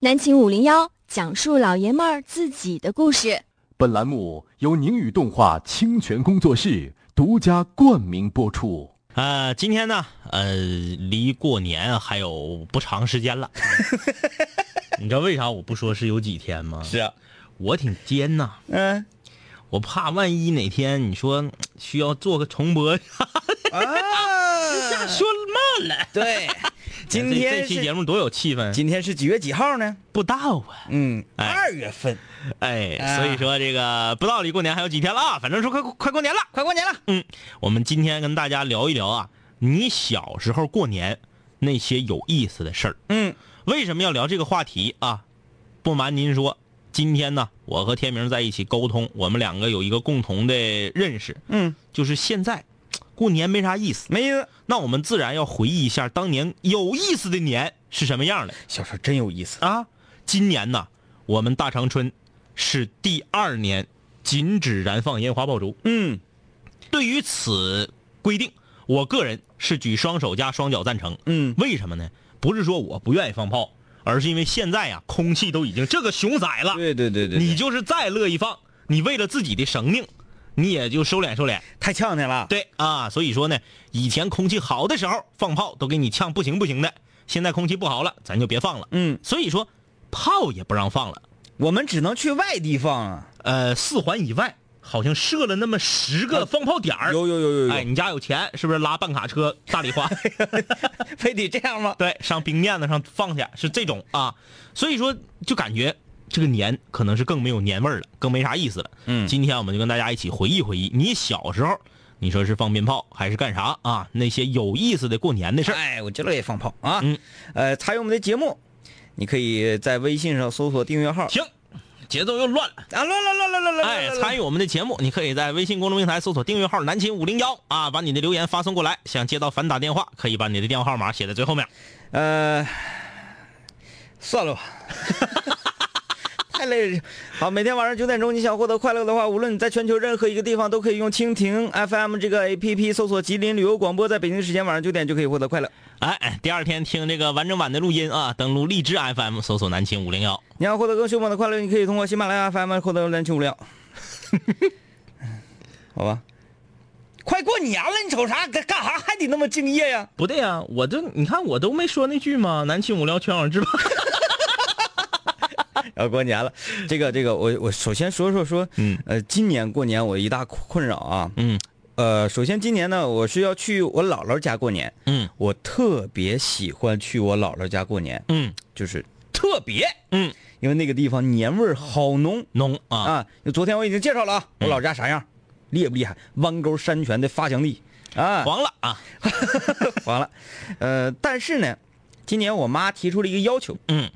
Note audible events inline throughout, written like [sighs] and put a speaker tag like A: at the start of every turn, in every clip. A: 南秦五零幺讲述老爷们儿自己的故事。
B: 本栏目由宁宇动画清泉工作室独家冠名播出。
C: 呃，今天呢，呃，离过年还有不长时
D: [laughs]
C: 间了。你知道为啥我不说是有几天吗？
D: 是啊，
C: 我挺尖呐，
D: 嗯
C: 我怕万一哪天你说需要做个重
D: [laughs]
C: 播，
D: 啊，
C: 说慢了。
D: 对，今
C: 这
D: 天
C: 这期
D: 是
C: 节目多有气氛，
D: 今天是几月几号呢？
C: 不到啊，
D: 嗯，
C: 哎
D: 二月份，
C: 哎，
D: 啊
C: 所以说这个不到离过年还有几天了啊，反正说快快过年了。
D: 快过年了。
C: 嗯，我们今天跟大家聊一聊啊，你小时候过年那些有意思的事儿。
D: 嗯，
C: 为什么要聊这个话题啊？不瞒您说，今天呢，我和天明在一起沟通，我们两个有一个共同的认识，
D: 嗯，
C: 就是现在过年没啥意思。
D: 没意思。
C: 那我们自然要回忆一下当年有意思的年是什么样的
D: 小时候真有意思。
C: 啊！今年呢，我们大长春是第二年禁止燃放烟花爆竹。
D: 嗯，
C: 对于此规定，我个人是举双手加双脚赞成。
D: 嗯
C: 为什么呢？不是说我不愿意放炮，而是因为现在呀、空气都已经这个熊仔了，
D: 对对对对，
C: 你就是再乐意放，你为了自己的生命，你也就收敛收敛。
D: 太呛你了。
C: 对啊，所以说呢，以前空气好的时候放炮都给你呛不行不行的，现在空气不好了，咱就别放了。
D: 嗯，
C: 所以说，炮也不让放了。
D: 我们只能去外地放啊。
C: 呃，四环以外好像设了那么十个放炮点儿。
D: 啊有有有有
C: 哎，
D: 有，
C: 你家有钱是不是？拉半卡车大礼花，
D: 非得这样吗？
C: 对，上冰面子上放去，是这种啊。所以说，就感觉这个年可能是更没有年味儿了，更没啥意思了。
D: 嗯
C: 今天我们就跟大家一起回忆回忆，你小时候，你说是放鞭炮还是干啥啊？那些有意思的过年的事儿。
D: 哎，我就乐意放炮啊。
C: 嗯，
D: 呃，参与我们的节目，你可以在微信上搜索订阅号。
C: 停，节奏又乱了。
D: 啊，乱乱乱乱乱乱！
C: 哎，参
D: 与
C: 与我们的节目，你可以在微信公众平台搜索订阅号“南秦五零幺”啊，把你的留言发送过来。想接到反打电话，可以把你的电话号码写在最后面。
D: 呃，算 [laughs] 了吧，太累了。好，每天晚上九点钟，你想获得快乐的话，无论你在全球任何一个地方，都可以用蜻蜓 FM 这个 APP 搜索吉林旅游广播，在北京时间晚上九点就可以获得快乐。
C: 哎，第二天听这个完整版的录音啊，登录荔枝 FM 搜索“南秦五零幺”。
D: 你要获得更凶猛的快乐，你可以通过喜马拉雅 FM 获得蓝球无聊。 [laughs] 好吧，快过年了，你瞅啥？干干啥还得那么敬业呀？
C: 不对呀、我这你看我都没说那句吗？南秦五聊全网之霸。
D: 要过年了，这个这个，我我首先说说说，
C: 嗯
D: 呃，今年过年我一大困扰啊，
C: 嗯
D: 呃，首先今年呢，我是要去我姥姥家过年，
C: 嗯
D: 我特别喜欢去我姥姥家过年，
C: 嗯
D: 就是特别，
C: 嗯，
D: 因为那个地方年味儿好浓
C: 浓啊，
D: 啊。昨天我已经介绍了啊，我姥家啥样，厉不厉害？弯沟山泉的发祥地啊，
C: 黄了啊，
D: 完了，呃，但是呢，今年我妈提出了一个要求，
C: 嗯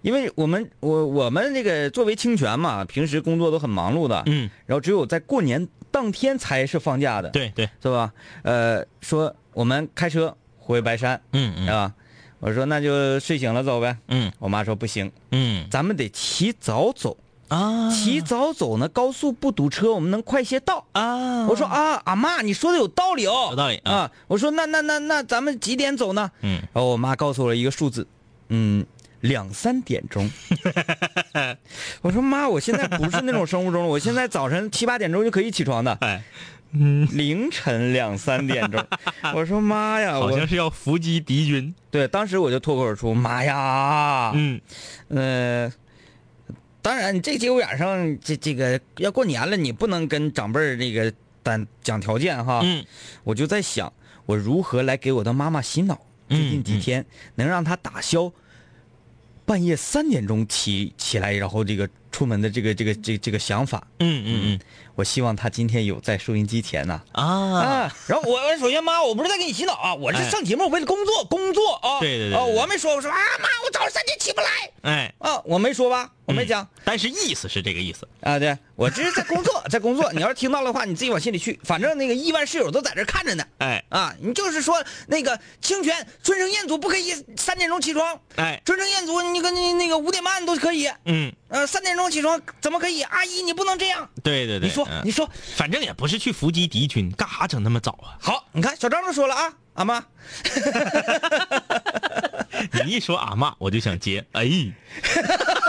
D: 因为我们我我们这个作为清泉嘛，平时工作都很忙碌的，
C: 嗯，
D: 然后只有在过年当天才是放假的，
C: 对对，
D: 是吧？呃，说我们开车回白山
C: 嗯嗯
D: 啊，我说那就睡醒了走呗。
C: 嗯
D: 我妈说不行，
C: 嗯
D: 咱们得起早走，
C: 啊
D: 起早走呢，高速不堵车，我们能快些到。
C: 啊，
D: 我说啊，阿妈，你说的有道理哦，
C: 有道理啊
D: 啊。我说那那那那咱们几点走呢？
C: 嗯
D: 然后我妈告诉我了一个数字，嗯，两三点
C: [laughs]
D: 钟。我说妈，我现在不是那种生物钟了，我现在早晨七八点钟就可以起床的，
C: 哎，
D: 凌晨两三点
C: [laughs]
D: 钟。我说妈呀，
C: 好
D: 我
C: 像是要伏击敌军，
D: 对，当时我就脱口而出，妈呀，
C: 嗯
D: 呃。当然，你这节骨眼上，这这个要过年了，你不能跟长辈儿那个单讲条件哈。
C: 嗯
D: 我就在想，我如何来给我的妈妈洗脑？
C: 嗯
D: 最近几天能让她打消半夜三点钟起起来，然后这个出门的这个这个这个、这个想法。
C: 嗯嗯
D: 我希望她今天有在收音机前呢。
C: 嗯啊，
D: 啊，然后我我首先妈，我不是在给你洗脑啊，我是
C: 哎
D: 上节目，我为了工作工作啊。
C: 对对对
D: 啊，
C: 对对
D: 我没说，我说啊妈，我早上三点起不来
C: 哎，嗯
D: 啊，我没说吧，我没讲、
C: 但是意思是这个意思，
D: 啊，对我这是在
C: [laughs]
D: 工作，在工作。你要是听到的话，你自己往心里去，反正那个亿万室友都在这儿看着呢。
C: 哎
D: 啊，你就是说那个清泉春生彦祖不可以三点钟起床，
C: 哎，
D: 春生彦祖你跟那那个五点半都可以，
C: 嗯，
D: 呃，三点钟起床怎么可以？阿姨你不能这样，
C: 对对对，
D: 你说
C: 嗯
D: 你说
C: 反正也不是去伏击敌军，干啥整那么早啊？
D: 好，你看小张都说了啊，阿妈，
C: 你一说阿嬷，我就想接， [laughs] 哎，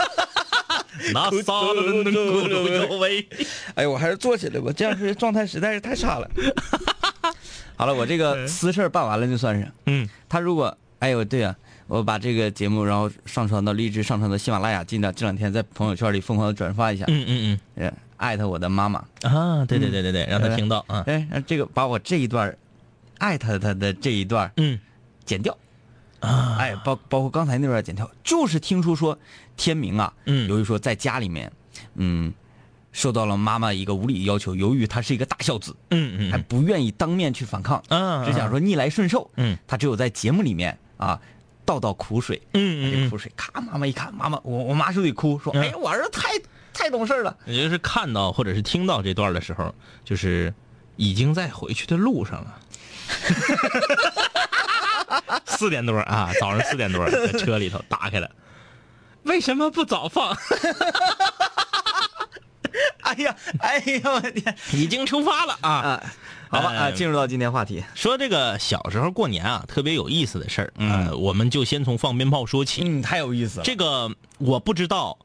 C: 那啥了，那咕噜呦喂，
D: 哎，我还是坐起来吧，这样是状态实在是太差了。 [laughs] 好了，我这个私事儿办完了就算是。
C: 嗯，
D: 他如果，哎呦，对啊，我把这个节目然后上传到荔枝，上传到喜马拉雅，尽量这两天在朋友圈里疯狂的转发一下，
C: 嗯嗯
D: 呃艾特我的妈妈，
C: 嗯，啊，对对对对对，让他听到啊，
D: 哎，让这个把我这一段儿艾特他的这一段儿
C: 嗯，
D: 剪掉。啊，哎，包包括刚才那段儿剪掉，就是听说说天明啊，
C: 嗯
D: 由于说在家里面，嗯，受到了妈妈一个无理要求，由于他是一个大孝子，
C: 嗯
D: 还
C: 嗯
D: 不愿意当面去反抗，
C: 嗯，
D: 只想说逆来顺受。
C: 嗯，
D: 他只有在节目里面啊，倒倒苦水，这
C: 嗯嗯
D: 苦水，咔，妈妈一看，妈妈，我我妈就得哭，说，
C: 嗯
D: 哎呀，我儿子太太懂事儿了。 [laughs]
C: 嗯，也就是看到或者是听到这段的时候，就是已经在回去的路上了。 [laughs] 四点多啊，早上四点多在车里头打开了，为什么不早放？ [laughs]
D: 哎呀， [laughs] 哎呀，我的天
C: 已经出发了啊！
D: 啊！好吧啊，
C: 哎
D: 进入到今天话题。
C: 说这个小时候过年啊，特别有意思的事儿，呃，我们就先从放鞭炮说起。
D: 嗯嗯，太有意思了。
C: 这个我不知道，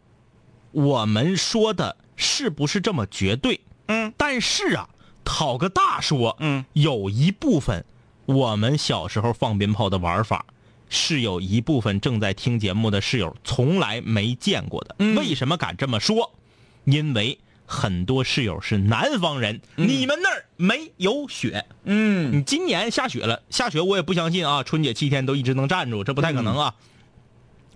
C: 我们说的是不是这么绝对？
D: 嗯，
C: 但是啊，讨个大说，
D: 嗯，
C: 有一部分我们小时候放鞭炮的玩法，是有一部分正在听节目的室友从来没见过的。
D: 嗯
C: 为什么敢这么说？因为很多室友是南方人，你们那儿没有雪。
D: 嗯，
C: 你今年下雪了，下雪我也不相信啊，春节七天都一直能站住，这不太可能啊。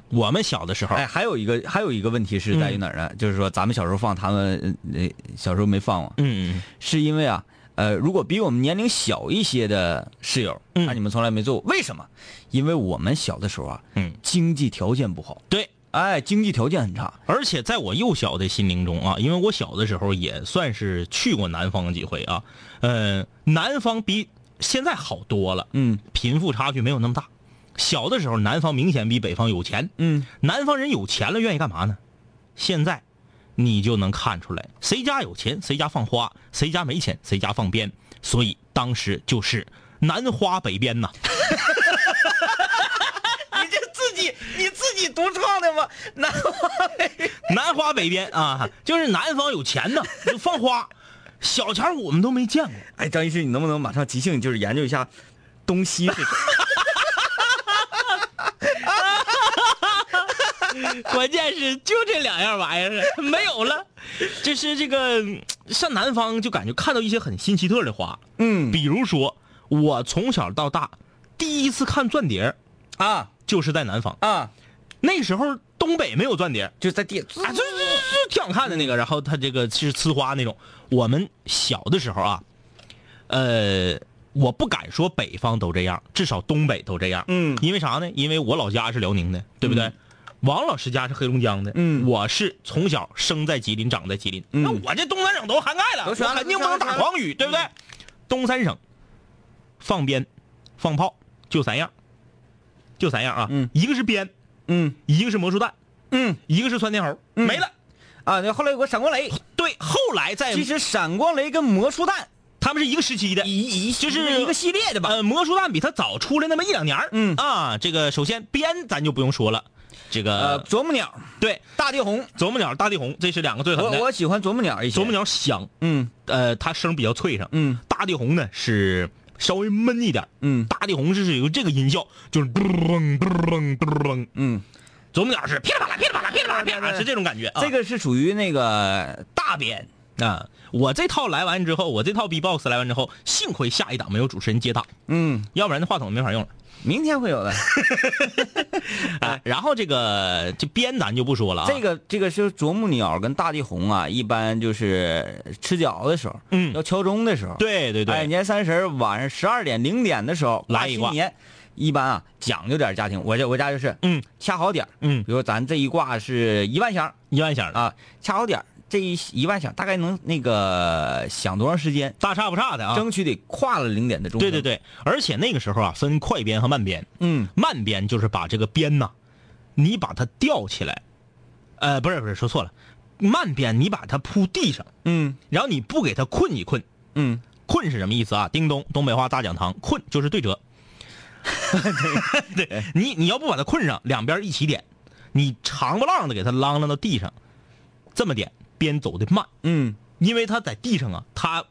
C: 我们小的时候，
D: 哎，还有一个还有一个问题是在于哪儿
C: 嗯
D: 呢？就是说咱们小时候放，他们呃小时候没放过，
C: 嗯
D: 是因为啊，呃，如果比我们年龄小一些的室友，啊
C: 嗯
D: 那你们从来没做过，为什么？因为我们小的时候啊，
C: 嗯，
D: 经济条件不好，
C: 对，
D: 哎，经济条件很差，
C: 而且在我幼小的心灵中啊，因为我小的时候也算是去过南方几回啊，呃，南方比现在好多了，
D: 嗯
C: 贫富差距没有那么大。小的时候，南方明显比北方有钱，
D: 嗯，
C: 南方人有钱了愿意干嘛呢？现在你就能看出来，谁家有钱谁家放花，谁家没钱谁家放鞭。所以当时就是南花北鞭呐。 [laughs]
D: 你这自己你自己独创的吗？那
C: 南花北边啊，就是南方有钱呐，就放花。小钱儿我们都没见过，
D: [laughs] 哎，张医师，你能不能马上即兴就是研究一下东西是什么？
C: 关键是就这两样玩意儿没有了。就是这个嗯上南方就感觉看到一些很新奇特的花，
D: [laughs] 嗯
C: 比如说我从小到大第一次看钻碟儿
D: 啊
C: 就是在南方，
D: 啊，
C: 那时候东北没有钻碟儿，
D: 就在地，
C: 啊，这这这挺好看的那个。然后它这个是呲花那种。我们小的时候啊，呃，我不敢说北方都这样，至少东北都这样。
D: 嗯
C: 因为啥呢？因为我老家是辽宁的，对不对？王老师家是黑龙江的，
D: 嗯
C: 我是从小生在吉林，长在吉林，那我这东三省都涵盖了，
D: 都全
C: 我
D: 了
C: 肯定不能打
D: 都全嗯了
C: 诳语，对不对？东三省放鞭、放炮就三样，就三样啊，
D: 嗯
C: 一个是鞭，
D: 嗯
C: 一个是魔术弹，
D: 嗯
C: 一个是窜天猴，没了。
D: 啊，那后来有个闪光雷，
C: 对，后来在
D: 其实闪光雷跟魔术弹
C: 他们是一个时期的，
D: 哎一一
C: 就是
D: 一个系列的吧？
C: 呃，魔术弹比他早出来那么一两年儿
D: 嗯
C: 啊，这个首先鞭咱就不用说了，这
D: 呃，
C: 个
D: 啄木鸟、
C: 对，
D: 大地红，
C: 啄木鸟、大地红，这是两个最狠
D: 我
C: 的。
D: 我喜欢啄木鸟一些。
C: 啄木，鸟香，
D: 嗯
C: 呃，它声比较脆声。
D: 嗯
C: 大地红呢是稍微闷一点儿，
D: 嗯
C: 大地红是有这个音效，就是嘟嘣嘟嘣嘟嘣。
D: 嗯，
C: 啄木鸟是噼里啪啦、噼里啪啦、噼里啪啦、噼里啪啦，是这种感觉啊。
D: 这个是属于那个大鞭。
C: 啊，我这套来完之后，我这套 B-box 来完之后，幸亏下一档没有主持人接档，
D: 嗯，
C: 要不然那话筒没法用了。
D: 明天会有的。
C: 啊，然后这个这鞭咱就不说了啊。
D: 哎这个这个是啄木鸟跟大地红啊，一般就是吃饺子的时候，
C: 嗯
D: 要敲钟的时候，，
C: 对对
D: 哎，
C: 对，
D: 年三十儿晚上十二点零点的时候
C: 来一
D: 挂
C: 挂
D: 新年，一般啊讲究点儿家庭，我家我家就是
C: 嗯
D: 掐好点儿
C: 嗯，
D: 比如咱这一挂是一万响儿
C: 一万响的，
D: 啊，掐好点儿这一一万响大概能那个响多长时间？
C: 大差不差的啊。
D: 争取得跨了零点的钟。
C: 对对，对，而且那个时候啊，分快鞭和慢鞭，
D: 嗯
C: 慢鞭就是把这个鞭呐、你把它吊起来，呃，不是不是，说错了，慢鞭你把它铺地上，
D: 嗯
C: 然后你不给它困一困，
D: 嗯
C: 困是什么意思啊？叮咚，东北话大讲堂，困就是对折。 [laughs] 对你，你要不把它困上，两边一起点，你长不浪的给它啷啷到地上，这么点，边走的慢，
D: 嗯，
C: 因为它在地上啊，它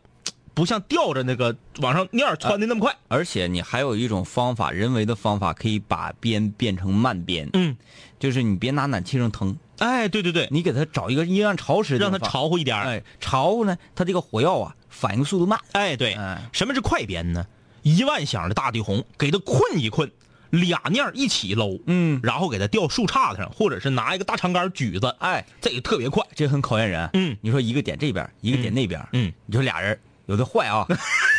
C: 不像吊着那个往上面儿窜的那么快。
D: 而且你还有一种方法，人为的方法可以把鞭变成慢鞭，
C: 嗯，
D: 就是你别拿暖气上腾，
C: 哎，对对对，
D: 你给它找一个阴暗潮湿的地
C: 让
D: 方，
C: 它潮乎一点儿。
D: 哎，潮乎呢，它这个火药啊反应速度慢，
C: 哎，对，
D: 哎
C: 什么是快鞭呢？一万响的大地红，给它困一困，俩念儿一起搂，
D: 嗯，
C: 然后给它吊树杈子上，或者是拿一个大长杆举着，
D: 哎，
C: 这个特别快。
D: 这很考验人。啊
C: 嗯
D: 你说一个点这边，一个点那边，
C: 嗯嗯
D: 你说俩人有的坏啊， [laughs]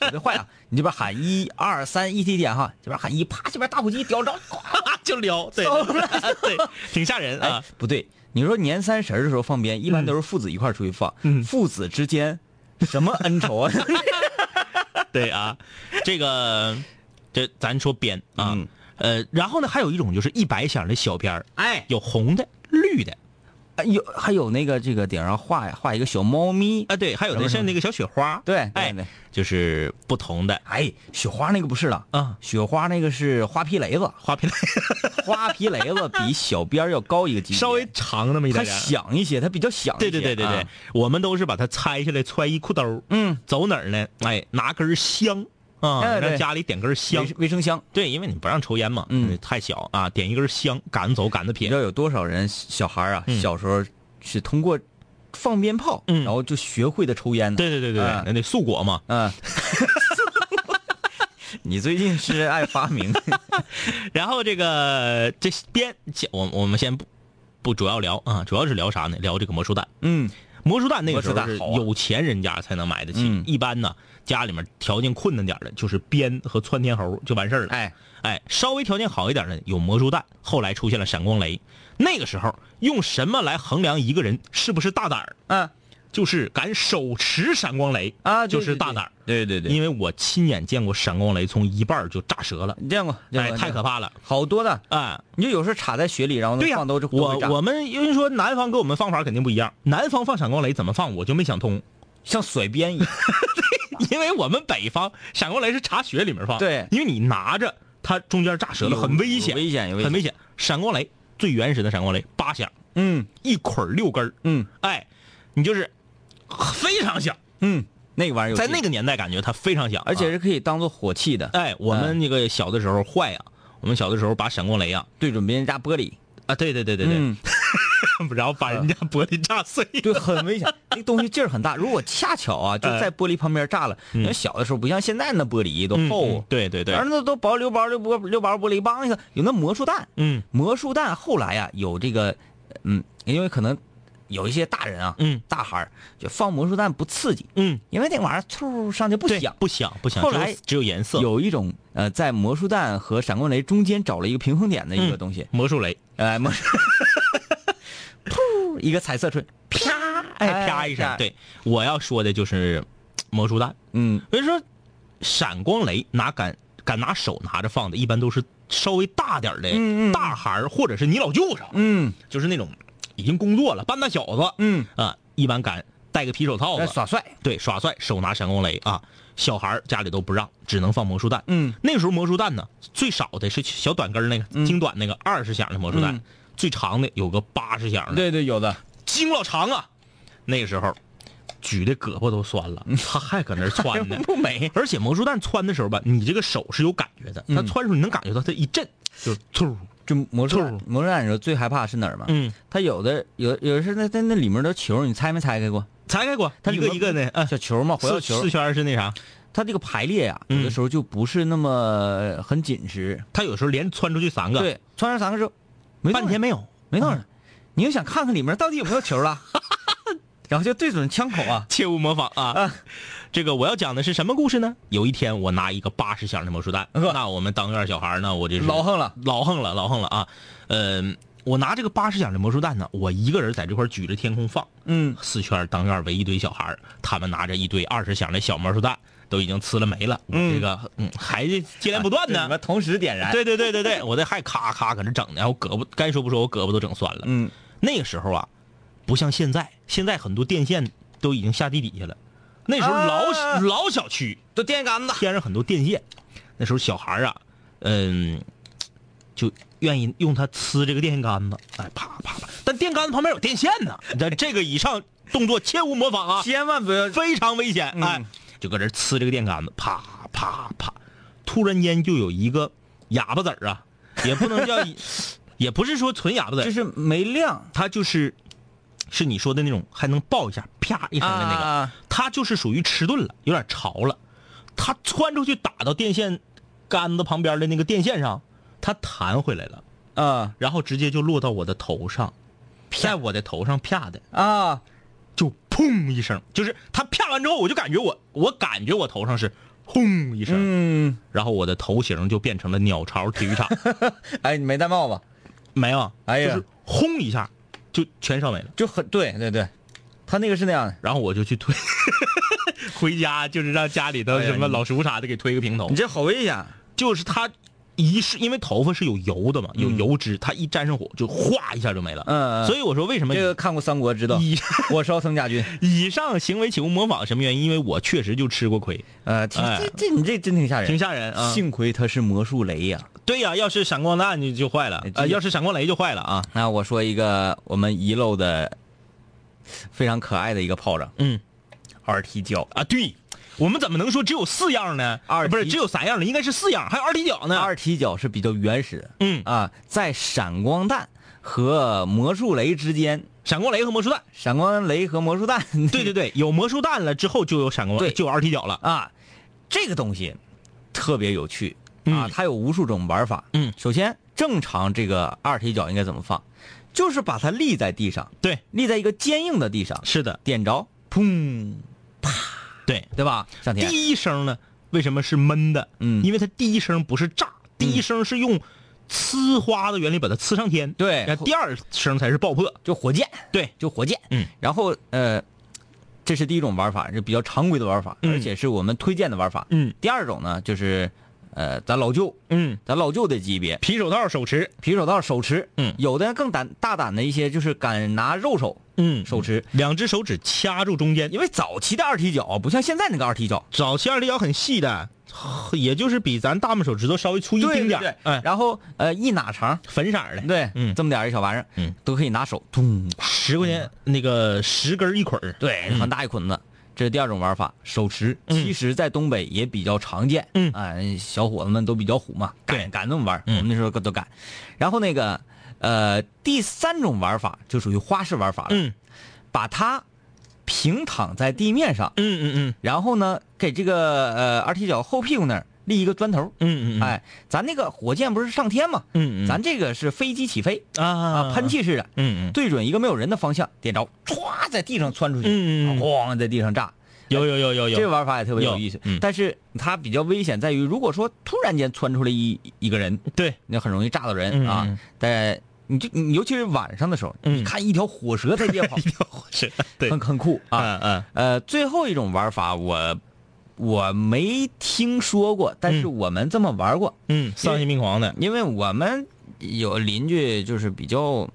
D: 有的坏啊，你这边喊一二三一起点哈，这边喊一，啪，这边大火机叼着，
C: 哈哈， [laughs] 就撩，对， [laughs] 对，挺吓人
D: 哎
C: 啊。，
D: 不对，你说年三十儿的时候放鞭，一般都是父子一块儿出去放，
C: 嗯
D: 父子之间什么恩仇啊？
C: [laughs] 对啊，这个这咱说鞭啊
D: 嗯，
C: 呃，然后呢，还有一种就是一百响的小鞭儿，
D: 哎，
C: 有红的、绿的，
D: 哎有还有那个这个顶上画呀画一个小猫咪，
C: 啊，对，还有的是那个小雪花，
D: 对对
C: 哎
D: 对，
C: 就是不同的
D: 哎，雪花那个不是了，
C: 啊，
D: 雪花那个是花皮雷子，
C: [laughs] 花瓶
D: 花皮雷子比小鞭儿要高一个级别，
C: 稍微长那么一
D: 它
C: 点点儿，
D: 响一些，它比较响一
C: 对
D: 些。
C: 对对对对
D: 啊，，
C: 我们都是把它拆下来揣一裤兜，
D: 嗯，
C: 走哪儿呢？哎，拿根香啊，
D: 哎对
C: 让家里点根香
D: 卫。生卫生香。
C: 对，因为你不让抽烟嘛，
D: 嗯
C: 太小啊，点一根香，赶走赶着
D: 你
C: 撇
D: 知。道有多少人小孩儿啊
C: 嗯，
D: 小时候是通过放鞭炮，
C: 嗯
D: 然后就学会的抽烟呢？
C: 对对对对对
D: 啊，
C: 那得素果嘛。
D: 嗯， [laughs] 你最近是爱发明
C: 然后这个这边，先我我们先不不主要聊啊，主要是聊啥呢？聊这个魔术弹。
D: 嗯，
C: 魔术弹那个时
D: 魔
C: 候
D: 术
C: 是
D: 弹好啊
C: 有钱人家才能买得起，
D: 嗯
C: 一般呢家里面条件困难点儿的，就是鞭和窜天猴就完事儿了。
D: 哎，
C: 哎，稍微条件好一点的有魔术弹，后来出现了闪光雷。那个时候用什么来衡量一个人是不是大胆儿？
D: 啊
C: 就是敢手持闪光雷
D: 啊，
C: 就
D: 对
C: 是大胆儿。。
D: 对对对对
C: 因为我亲眼见过闪光雷从一半儿就炸折了，
D: 你见过？见
C: 哎，
D: 过
C: 太可，怕了
D: 见过好多的，
C: 啊！
D: 你就有时候插在雪里，然后
C: 对呀、
D: 放都都
C: 我
D: 会炸
C: 我们因为说南方跟我们方法肯定不一样，南方放闪光雷怎么放我就没想通，
D: 像甩鞭一样。
C: [laughs] 因为我们北方闪光雷是茶雪里面放，
D: 对
C: 因为你拿着它中间炸折了，
D: [laughs] 有
C: 很危险，
D: 有危险有危险
C: 很危险。闪光雷最原始的闪光雷八响，
D: 嗯
C: 一捆儿六根儿，
D: 嗯
C: 哎，你就是非常响，
D: 嗯，那个玩意儿有
C: 在
D: 劲
C: 那个年代感觉它非常响，
D: 而且
C: 啊
D: 是可以当做火器的，
C: 哎，我们那个小的时候坏呀、我们小的时候把闪光雷呀、
D: 对准别人家玻璃。
C: 啊，对对对对对，
D: 嗯
C: 然后把人家玻璃炸碎，
D: [laughs] 对，很危险， [laughs] 那个东西劲儿很大。如果恰巧啊，就
C: 哎
D: 在玻璃旁边炸了，因为小的时候不像现在那玻璃都
C: 嗯
D: 厚啊
C: 嗯，对对对
D: 而，那都薄溜薄溜薄溜薄玻璃，梆一个有那魔术弹，
C: 嗯
D: 魔术弹后来呀、有这个，嗯，因为可能有一些大人啊，
C: 嗯
D: 大孩儿就放魔术弹不刺激，
C: 嗯。
D: 因为那玩意儿嗖上去不
C: 对
D: 响。
C: 不响，不响。
D: 后
C: 只有
D: 来
C: 只有颜色，
D: 有一种呃，在魔术弹和闪光雷中间找了一个平衡点的一个
C: 嗯
D: 东西，
C: 魔术雷，
D: 哎，魔 [laughs] 术，噗，一个彩色锤，啪，
C: 哎，啪一声。，对，我要说的就是魔术弹。
D: 嗯，
C: 所以说，闪光雷拿敢敢拿手拿着放的，一般都是稍微大点儿的
D: 嗯嗯
C: 大孩儿或者是你老舅啥，
D: 嗯
C: 就是那种已经工作了半大小子，
D: 嗯，
C: 啊，一般敢戴个皮手套
D: 哎
C: 子，
D: 耍帅，
C: 对，耍帅，手拿闪光雷啊。小孩儿家里都不让，只能放魔术弹。
D: 嗯，
C: 那时候魔术弹呢，最少的是小短根儿那个、精短那个二十响的魔术弹，
D: 嗯
C: 最长的有个八十响的。
D: 对对，有的，
C: 经老长啊，那个时候举的胳膊都酸
D: 嗯
C: 了，他还搁那儿窜
D: [laughs]
C: 呢，不美。而且魔术弹窜的时候吧，你这个手是有感觉的，
D: 嗯
C: 它窜的时候你能感觉到它一震，就突，
D: 就魔术
C: 兔
D: 魔术弹，你说最害怕是哪儿吗？
C: 嗯，
D: 它有的有有的是那那那里面的球，你拆没拆开过？
C: 拆开过，
D: 它
C: 一
D: 里
C: 个
D: 面
C: 一个的，啊，
D: 小球嗯嘛，回到
C: 四
D: 球
C: 四，圈是那啥，
D: 它这个排列呀、
C: 嗯
D: 有的时候就不是那么呃很紧实。
C: 它有时候连窜出去三个，，
D: 对，穿上三个之后，没动
C: 半天
D: 静
C: 没有，
D: 没动静，你又想看看里面到底有没有
C: [laughs]
D: 球了，然后就对准枪口啊，
C: 切勿模仿啊
D: 啊！
C: 这个我要讲的是什么故事呢？有一天我拿一个八十响的魔术弹，
D: 呵
C: 那我们当院小孩儿呢，我就是
D: 老横了。
C: 老横了，老横了啊！嗯、我拿这个八十响的魔术弹呢，我一个人在这块儿举着天空放，
D: 嗯，
C: 四圈当院围一堆小孩儿他们拿着一堆二十响的小魔术弹，都已经呲了没了。我这个嗯还是接连不断
D: [laughs] 你
C: 呢
D: 们。同时点燃。，
C: 对对对对对，我这还咔咔搁那整呢，我胳膊该说不说，我胳膊都整酸了。
D: 嗯，
C: 那个时候啊，不像现在，现在很多电线都已经下地底下了。那时候老、
D: 啊
C: 老小区
D: 都电杆子。
C: 天上很多电线，那时候小孩儿啊，嗯，就愿意用它呲这个电线杆子，哎，啪啪啪。但电杆子旁边有电线呢，这这个以上动作切勿模仿啊，
D: 千万不要
C: 非常危险。
D: 嗯
C: 哎，就搁这呲这个电杆子，啪啪啪。突然间就有一个哑巴子儿啊，也不能叫， [laughs] 也不是说纯哑巴子儿，
D: 就是没亮
C: 它就是是你说的那种还能爆一下，啪一声的那个，
D: 啊
C: 它就是属于迟钝了，有点潮了。它窜出去打到电线杆子旁边的那个电线上，它弹回来了，
D: 啊
C: 然后直接就落到我的头上，在我的头上啪的，
D: 啊！
C: 就砰一声，就是它啪完之后，我就感觉我我感觉我头上是轰一 [laughs] 声，
D: 嗯，
C: 然后我的头型就变成了鸟巢体 [laughs] 育场，
D: 哎，你没戴帽子，
C: 没有，
D: 哎呀
C: 就是轰一下就全烧没了。
D: 就很对对对，他那个是那样的。
C: 然后我就去推， [laughs] 回家就是让家里头
D: 哎呀
C: 什么
D: 你
C: 老叔啥的给推个平头
D: 你，这好危险！
C: 就是他一是因为头发是有油的嘛，有油脂，它一沾上火就哗一下就没了。
D: 嗯嗯
C: 所以我说为什么
D: 这个看过《三国》知道， [laughs]
C: 以
D: 火烧曾家军。
C: 以上行为请勿模仿什么原因？因为我确实就吃过亏，
D: 呃，
C: [laughs]
D: 挺
C: 哎
D: 这这你这真挺吓人，
C: 挺吓人啊。
D: 幸亏他是魔术雷呀、
C: 对呀、要是闪光弹你就坏了
D: 哎，这
C: 呃，要是闪光雷就坏了啊。
D: 那我说一个我们遗漏的非常可爱的一个炮仗，
C: 嗯
D: 二踢脚。
C: 啊，对，我们怎么能说只有四样呢？啊
D: 二
C: 不是
D: 踢
C: 只有三样了，应该是四样，还有二踢脚呢。
D: 二踢脚是比较原始的，
C: 嗯
D: 啊，在闪光弹和魔术雷之间，
C: 闪光雷和魔术弹，
D: 闪光雷和魔术弹，
C: 对对对，有魔术弹了之后就有闪光，
D: 对
C: 就有二踢脚了。
D: [laughs] 啊，这个东西特别有趣啊，
C: 嗯
D: 它有无数种玩法。
C: 嗯，
D: 首先正常这个二踢脚应该怎么放，就是把它立在地上，
C: 对，
D: 立在一个坚硬的地上，
C: 是的，
D: 点着，砰，
C: 对。
D: 对吧？向前，
C: 第一声呢，为什么是闷的？
D: 嗯
C: 因为它第一声不是炸，第一声是用呲花的原理把它呲上天。
D: 对
C: 然后第二声才是爆破。
D: 就火箭，
C: 对，
D: 就火箭。
C: 嗯，
D: 然后呃，这是第一种玩法，是比较常规的玩法，
C: 嗯
D: 而且是我们推荐的玩法。
C: 嗯
D: 第二种呢，就是呃，咱老舅，
C: 嗯，
D: 咱老舅的级别，
C: 皮手套手持，
D: 皮手套手持。
C: 嗯
D: 有的更胆大胆的一些，就是敢拿肉手
C: 嗯
D: 手持，
C: 两只手指掐住中间，因
D: 因
C: 为
D: 为早期的二踢脚不像现在那个二踢脚，
C: 早期二踢脚很细的，也就是比咱大拇手指头稍微粗一丁点儿，哎，
D: 然后呃一哪长，
C: 粉色儿的，
D: 对，
C: 嗯
D: 这么点儿一小玩意儿，
C: 嗯，
D: 都可以拿手咚，
C: 十块钱那个十根儿一捆儿，
D: 对，很大一捆子。这是第二种玩法，手持。
C: 嗯
D: 其实，在东北也比较常见。
C: 嗯
D: 哎，小伙子们都比较虎嘛，
C: 对
D: 敢敢那么玩儿。
C: 嗯
D: 我们那时候都敢。然后那个，呃，第三种玩法就属于花式玩法了，
C: 嗯
D: 把它平躺在地面上，
C: 嗯嗯嗯
D: 然后呢，给这个呃二踢脚后屁股那儿立一个砖头。
C: 嗯嗯，嗯，
D: 哎，咱那个火箭不是上天嘛？
C: 嗯嗯
D: 咱这个是飞机起飞
C: 啊
D: 啊，喷，气式的，
C: 嗯嗯，
D: 对准一个没有人的方向点着，歘在地上窜出去，
C: 嗯嗯嗯
D: 咣在地上炸。
C: 有有有有有，
D: 这个玩法也特别有
C: 哎有
D: 意思，
C: 嗯
D: 但是它比较危险在于，如果说突然间窜出来一一个人，
C: 对，
D: 那很容易炸到人、
C: 嗯
D: 啊
C: 嗯。
D: 但你就你尤其是晚上的时候，
C: 嗯
D: 你看一条火蛇在
C: [laughs]
D: 夜跑，
C: 是，对，
D: 很很酷啊。
C: 嗯嗯。
D: 呃，最后一种玩法我我没听说过，但是
C: 嗯
D: 我们这么玩过，
C: 嗯，丧心病狂的，
D: 因为我们有邻居就是比较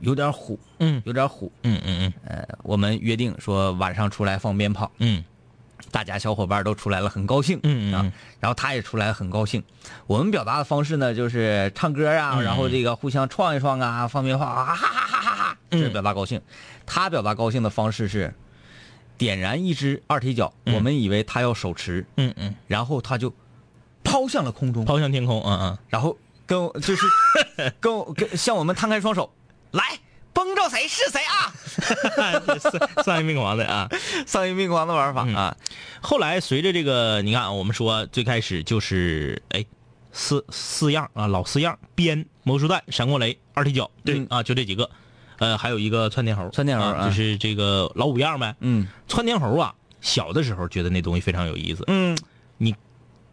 D: 有点虎，
C: 嗯
D: 有点虎。
C: 嗯嗯
D: 呃，我们约定说晚上出来放鞭炮，
C: 嗯
D: 大家小伙伴都出来了，很高兴，
C: 嗯嗯嗯
D: 啊，然后他也出来了很高兴。我们表达的方式呢，就是唱歌啊，然后这个互相撞一撞啊，放鞭炮啊，哈哈哈哈哈，这是表达高兴。他表达高兴的方式是点燃一只二踢脚，我们以为他要手持，
C: 嗯嗯
D: 然后他就抛向了空中
C: 嗯，，抛向天空，嗯
D: [laughs]
C: 嗯，
D: 然后跟我就是 [laughs] 跟我跟向我们摊开双手，来。崩着谁是谁啊！
C: 丧丧心病狂的啊！
D: [laughs] 丧心病狂的玩法啊！
C: 后来随着这个，你看啊，我们说最开始就是哎，四四样啊，老四样：鞭、魔术弹、闪光雷、二踢脚，对、
D: 嗯
C: 啊，就这几个。呃，还有一个窜天猴，
D: 窜天猴
C: 啊
D: 啊
C: 就是这个老五样呗。
D: 嗯
C: 窜天猴啊，小的时候觉得那东西非常有意思，
D: 嗯，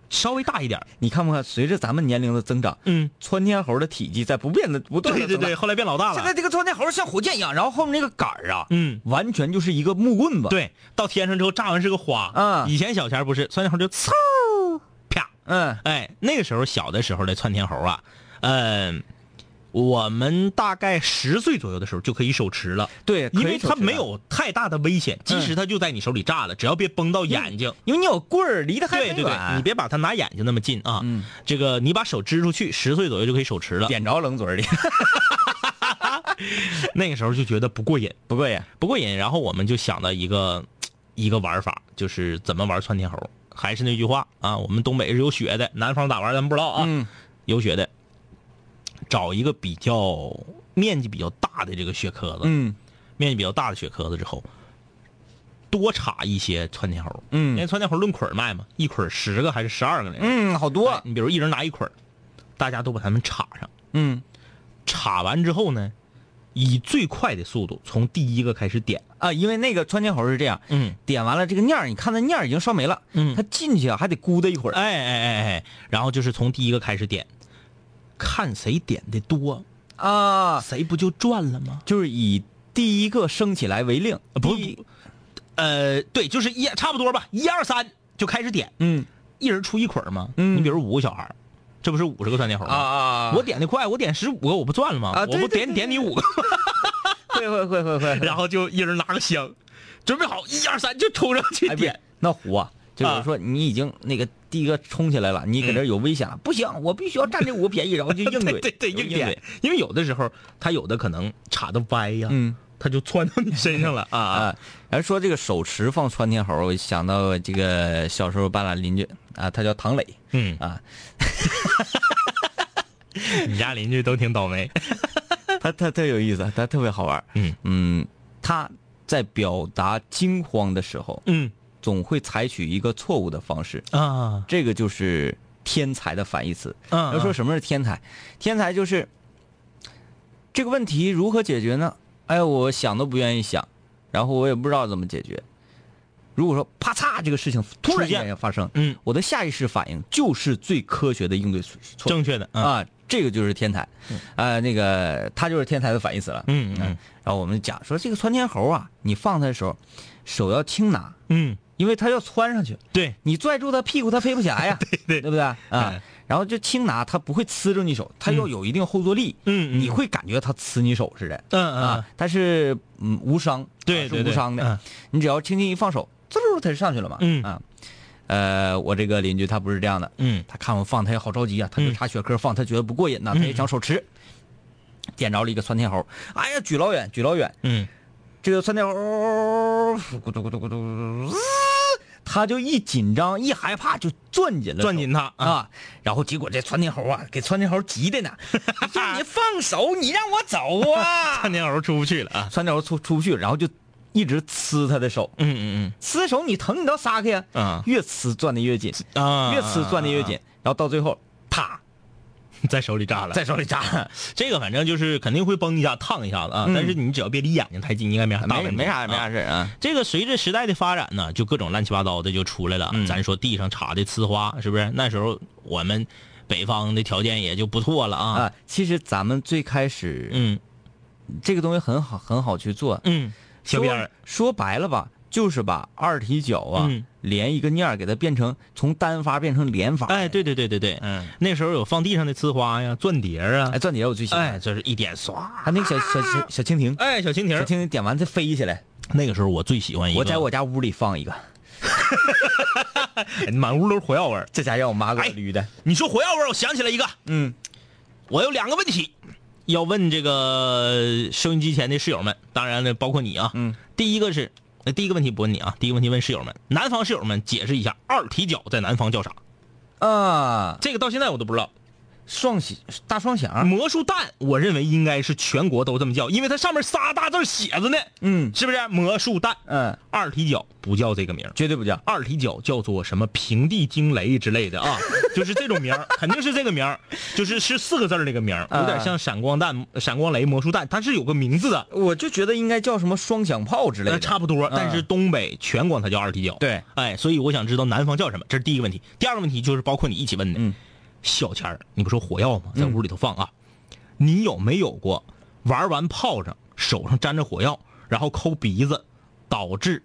C: 稍微大一点儿，
D: 你看不看？随着咱们年龄的增长，
C: 嗯，
D: 窜天猴的体积在不变的不断
C: 对对
D: 的
C: 对，后来变老大
D: 现在
C: 了，
D: 这个窜天猴像火箭一样，然后后面那个杆儿啊，
C: 嗯，
D: 完全就是一个木棍子。，
C: 对，到天上之后炸完是个花，
D: 嗯
C: 以前小钱儿不是窜天猴就嗖，啪，
D: 嗯
C: 哎，那个时候小的时候的窜天猴啊，嗯、我们大概十岁左右的时候就可以手持了，
D: 对，
C: 因
D: 可以
C: 为
D: 手
C: 它
D: 持的嗯
C: 没，有太大的危险，即使它就在你手里炸了，只要别崩到眼睛。
D: 因为你有棍儿，离得嗯还很
C: 对对
D: 远，
C: 对，你别把它拿眼睛那么近啊！
D: 嗯
C: 这个你把手支出去，十岁左右就可以手持了。
D: 点着冷嘴 [laughs] 里，
C: 那个时候就觉得不过瘾，
D: 不过瘾。
C: 不过瘾。然后我们就想到一个一个玩法，就是怎么玩窜天猴。还是那句话啊，我们东北是有雪的，南方咋玩咱们不知道啊。
D: 嗯
C: 有雪的，找一个比较面积比较大的这个雪壳子，
D: 嗯
C: 面积比较大的雪壳子之后，多插一些窜天猴。因为
D: 嗯
C: 窜天猴论捆儿卖嘛，一捆儿十个还是十二个那个。
D: 嗯，好
C: 哎
D: 多，
C: 你比如一人拿一捆儿，大家都把它们插上。
D: 嗯
C: 插完之后呢，以最快的速度从第一个开始点。
D: 啊，因为那个穿天猴是这样，
C: 嗯，
D: 点完了这个念儿，你看那念儿已经烧没了，
C: 嗯
D: 它进去啊还得咕的一会儿，
C: 哎哎哎哎，然后就是从第一个开始点，看谁点的多，
D: 啊，
C: 谁不就赚了吗？
D: 就是以第一个升起来为令，
C: 不
D: 第一，
C: 呃，对，就是一差不多吧，一二三就开始点，
D: 嗯
C: 一人出一捆儿嘛。
D: 嗯
C: 你比如五个小孩儿，这不是五十个窜天猴吗？
D: 啊
C: 我点的快，我点十五个，我不赚了吗？
D: 啊对
C: 我不
D: 对
C: 点
D: 对
C: 点你五个，
D: [laughs] 会会会会会，
C: 然后就一人拿个香，准备好一二三就冲上去
D: 哎别
C: 点。
D: 那虎啊，就比如说你已经那个第一个冲起来了，你搁这儿有危险了，不行，我必须要占这五个便宜，然后就硬
C: 嗯 [laughs] 对
D: 怼，
C: 对对，硬
D: 怼
C: 点，，因为有的时候它有的可能插的歪呀，
D: 嗯。
C: 它就窜到你身上了 [laughs] 啊啊！
D: 啊，而说这个手持放窜天猴，我想到这个小时候班俩邻居啊，他叫唐磊
C: 嗯，
D: 啊，
C: [laughs] 你家邻居都挺倒霉。
D: 他他特有意思，他特别好玩。
C: 嗯
D: 嗯，他在表达惊慌的时候，
C: 嗯
D: 总会采取一个错误的方式，
C: 啊
D: 这个就是天才的反义词。
C: 嗯
D: 要说什么是天才？天才就是这个问题如何解决呢？哎，我想都不愿意想，然后我也不知道怎么解决。如果说啪嚓这个事情突然
C: 出现
D: 间发生，
C: 嗯，
D: 我的下意识反应就是最科学的应对措措
C: 正确的啊，
D: 啊，这个就是天才，啊，那个他就是天才的反义词了。
C: 嗯嗯
D: 然后我们讲说这个窜天猴啊，你放它的时候，手要轻拿，
C: 嗯，
D: 因为它要窜上去，
C: 对，
D: 你拽住它屁股，它飞不起来呀，对
C: [laughs] 对嗯
D: 不对啊？然后就轻拿，它不会呲着你手，它要有一定后坐力，
C: 嗯嗯
D: 你会感觉它呲你手似的，
C: 嗯嗯
D: 啊，它是嗯无伤，
C: 对
D: 啊
C: 对
D: 是
C: 对
D: 无伤
C: 嗯
D: 的，你只要轻轻一放手，滋溜它就上去了嘛，
C: 嗯
D: 啊，呃，我这个邻居他不是这样的，
C: 嗯
D: 他看我放，他也好着急啊，他就
C: 嗯
D: 插雪壳放，他觉得不过瘾呐，他也想手持，点着了一个窜天猴，哎呀，举老远，举老远，
C: 嗯，
D: 这个窜天猴咕嘟咕嘟咕嘟咕嘟，嘶他就一紧张一害怕就攥紧了手，
C: 攥紧它啊
D: 啊，然后结果这窜天猴啊，给窜天猴急 [laughs] 的呢，你说你放手，你让我走 [laughs] 啊
C: 窜！天猴出不去了啊。
D: 窜天猴出出不去，然后就一直呲他的手，
C: 嗯嗯
D: 呲手你疼，你倒撒开呀，
C: 嗯啊
D: 越呲攥的越紧，
C: 啊，
D: 越呲攥的越紧，然后到最后啪
C: 在手里炸了。
D: 在手里扎了。
C: 这个反正就是肯定会崩一下、烫一下子啊，但是你只要别离眼睛太近，应该没啥大问
D: 没
C: 题。
D: 没啥没
C: 啊
D: 啥事儿啊。
C: 这个随着时代的发展呢，就各种乱七八糟的就出来了。
D: 嗯
C: 咱说地上插的呲花，是不是？那时候我们北方的条件也就不错了啊。
D: 啊，其实咱们最开始
C: 嗯
D: 这个东西很好，很好去做。
C: 嗯，小
D: 说
C: 辫儿，
D: 说白了吧，就是把二踢脚啊
C: 嗯，
D: 连一个念儿给它变成从单发变成连发。
C: 哎，，对对对对对，
D: 嗯，
C: 那时候有放地上的呲花呀、钻碟儿啊
D: 哎，，钻碟我最喜
C: 哎，
D: 欢，
C: 这是一点唰，
D: 还有那个小小小小蜻蜓，
C: 哎，小蜻蜓
D: 小
C: 儿
D: 蜻，蜓点完它飞起来，
C: 那个时候我最喜欢一个，
D: 我在我家屋里放一个，
C: 哎满屋都是火药味儿。
D: 这家让我妈给我
C: 哎
D: 捋的。
C: 你说火药味儿，我想起来一个，
D: 嗯，
C: 我有两个问题要问这个收音机前的室友们，当然了，包括你啊。
D: 嗯，
C: 第一个是，呃第一个问题不问你啊，第一个问题问室友们，南方室友们解释一下，二踢脚在南方叫啥？
D: 啊，
C: 这个到现在我都不知道。
D: 双喜大双响，
C: 魔术蛋，我认为应该是全国都这么叫，因为它上面仨大字写着呢，
D: 嗯
C: 是不是？魔术蛋，
D: 嗯，
C: 二踢脚不叫这个名儿。
D: 绝对不叫。
C: 二踢脚叫做什么平地惊雷之类的
D: [laughs]
C: 啊，就是这种名儿，肯定是这个名儿，就是是四个字儿那个名儿，
D: 啊
C: 有点像闪光弹、闪光雷、魔术弹，它是有个名字的，
D: 我就觉得应该叫什么双响炮之类
C: 呃，
D: 的，啊
C: 差不多。但是东北全管它叫二踢脚。
D: 对，
C: 哎，所以我想知道南方叫什么，这是第一个问题。第二个问题就是包括你一起问的，
D: 嗯
C: 小钱儿，你不说火药吗？在屋里头放啊，你有没有过玩完炮仗手上沾着火药，然后抠鼻子，导致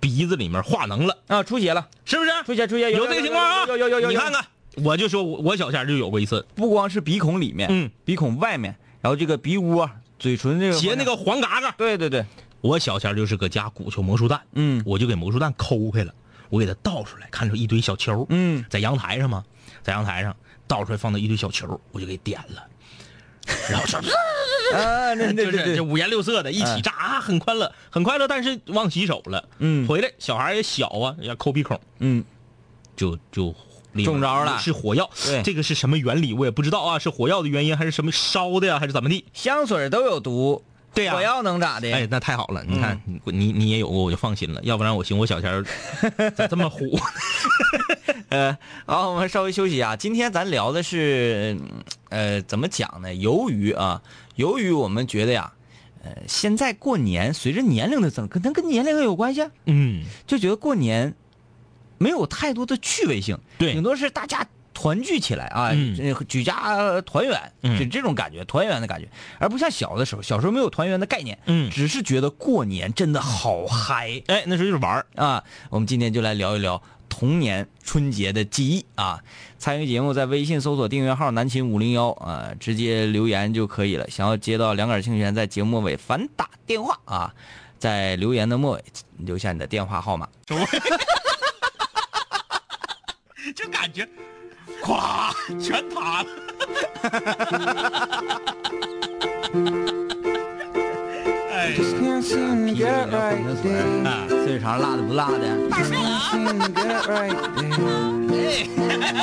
C: 鼻子里面化脓了？
D: 啊，出血了。
C: 是不是？
D: 出血出血有
C: 有这个情况啊！
D: 有有有有有有
C: 你看看我就说我我小前就有过一次，
D: 不光是鼻孔里面，
C: 嗯，
D: 鼻孔外面，然后这个鼻窝、嘴唇这个
C: 结那，个黄嘎嘎。
D: 对对对，
C: 我小前就是搁家鼓球魔术蛋，
D: 嗯
C: 我就给魔术蛋抠开了，我给它倒出来，看出一堆小球，
D: [laughs] 嗯，
C: 在阳台上嘛，在阳台上倒出来放到一堆小球，我就给点了，然后说
D: 啊， [laughs] 对对
C: 就是
D: 对对，哎
C: 这五颜六色的一起炸啊，很快乐，很快乐，但是忘洗手了，
D: 嗯
C: 回来小孩也小啊，要抠鼻孔，
D: 嗯，
C: 就就里面
D: 中招了
C: 是火药，
D: 对
C: 这个是什么原理我也不知道啊，是火药的原因还是什么烧的呀，还是怎么地？
D: 香水都有毒，
C: 对呀
D: 火药能咋的？
C: 哎，那太好了！你看，你你你也有过，我就放心了。要不然我寻我小前儿咋这么 [laughs] 虎？
D: 呃，好，我们稍微休息一啊下。今天咱聊的是，嗯呃，怎么讲呢？由于啊，由于我们觉得呀，呃，现在过年随着年龄的增，可能跟年龄也有关系啊，
C: 嗯，
D: 就觉得过年没有太多的趣味性，
C: 对
D: 顶多是大家团聚起来啊，
C: 嗯
D: 这举家团圆，
C: 嗯
D: 就这种感觉，团圆的感觉，而不像小的时候，小时候没有团圆的概念，
C: 嗯
D: 只是觉得过年真的好嗨。
C: 哎，那时候就是玩儿。
D: 啊，我们今天就来聊一聊童年春节的记忆啊。参与节目在微信搜索订阅号“南秦五零幺”啊，直接留言就可以了。想要接到两杆儿清泉，在节目尾反打电话啊，在留言的末尾留下你的电话号码。
C: 就感觉，咵，全塌了。哎，
E: Can't
D: 啊嗯
E: seem to get right there.
C: 啊，
D: 岁数长辣的不辣的，
E: Can't seem to get right there.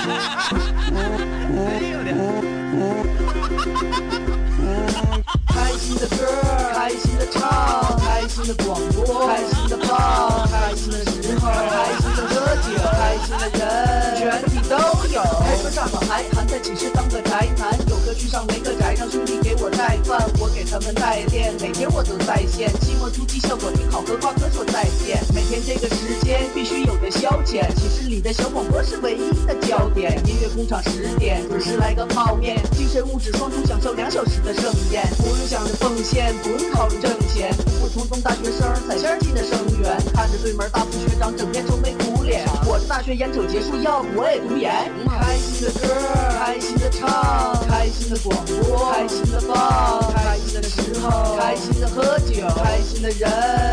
F: 开心的歌儿，开心的唱，开心的广播，开心的放，开心的时候，开心的喝酒，开心的人，全体都有。开车上老还谈在寝室当个宅男，有个去上没个宅，让兄弟给我带饭，我给他们带练，每天我都在线。期末突击效果挺好，和瓜哥说再见。每天这个时间必须有的消遣，寝室里的小广播是唯一的焦点。音乐工厂十点准时来个泡面，精神物质双重享受两小时的盛宴，不用想着奉献，不用考虑挣钱，普普通通大学生，彩线进的生源，看着对门大副学长整天愁眉苦脸，我是大学研究结束，要不我也读研。开心的歌，开心的唱，开心的广播，开心的放，开心的时候，开心的喝酒，开心的人，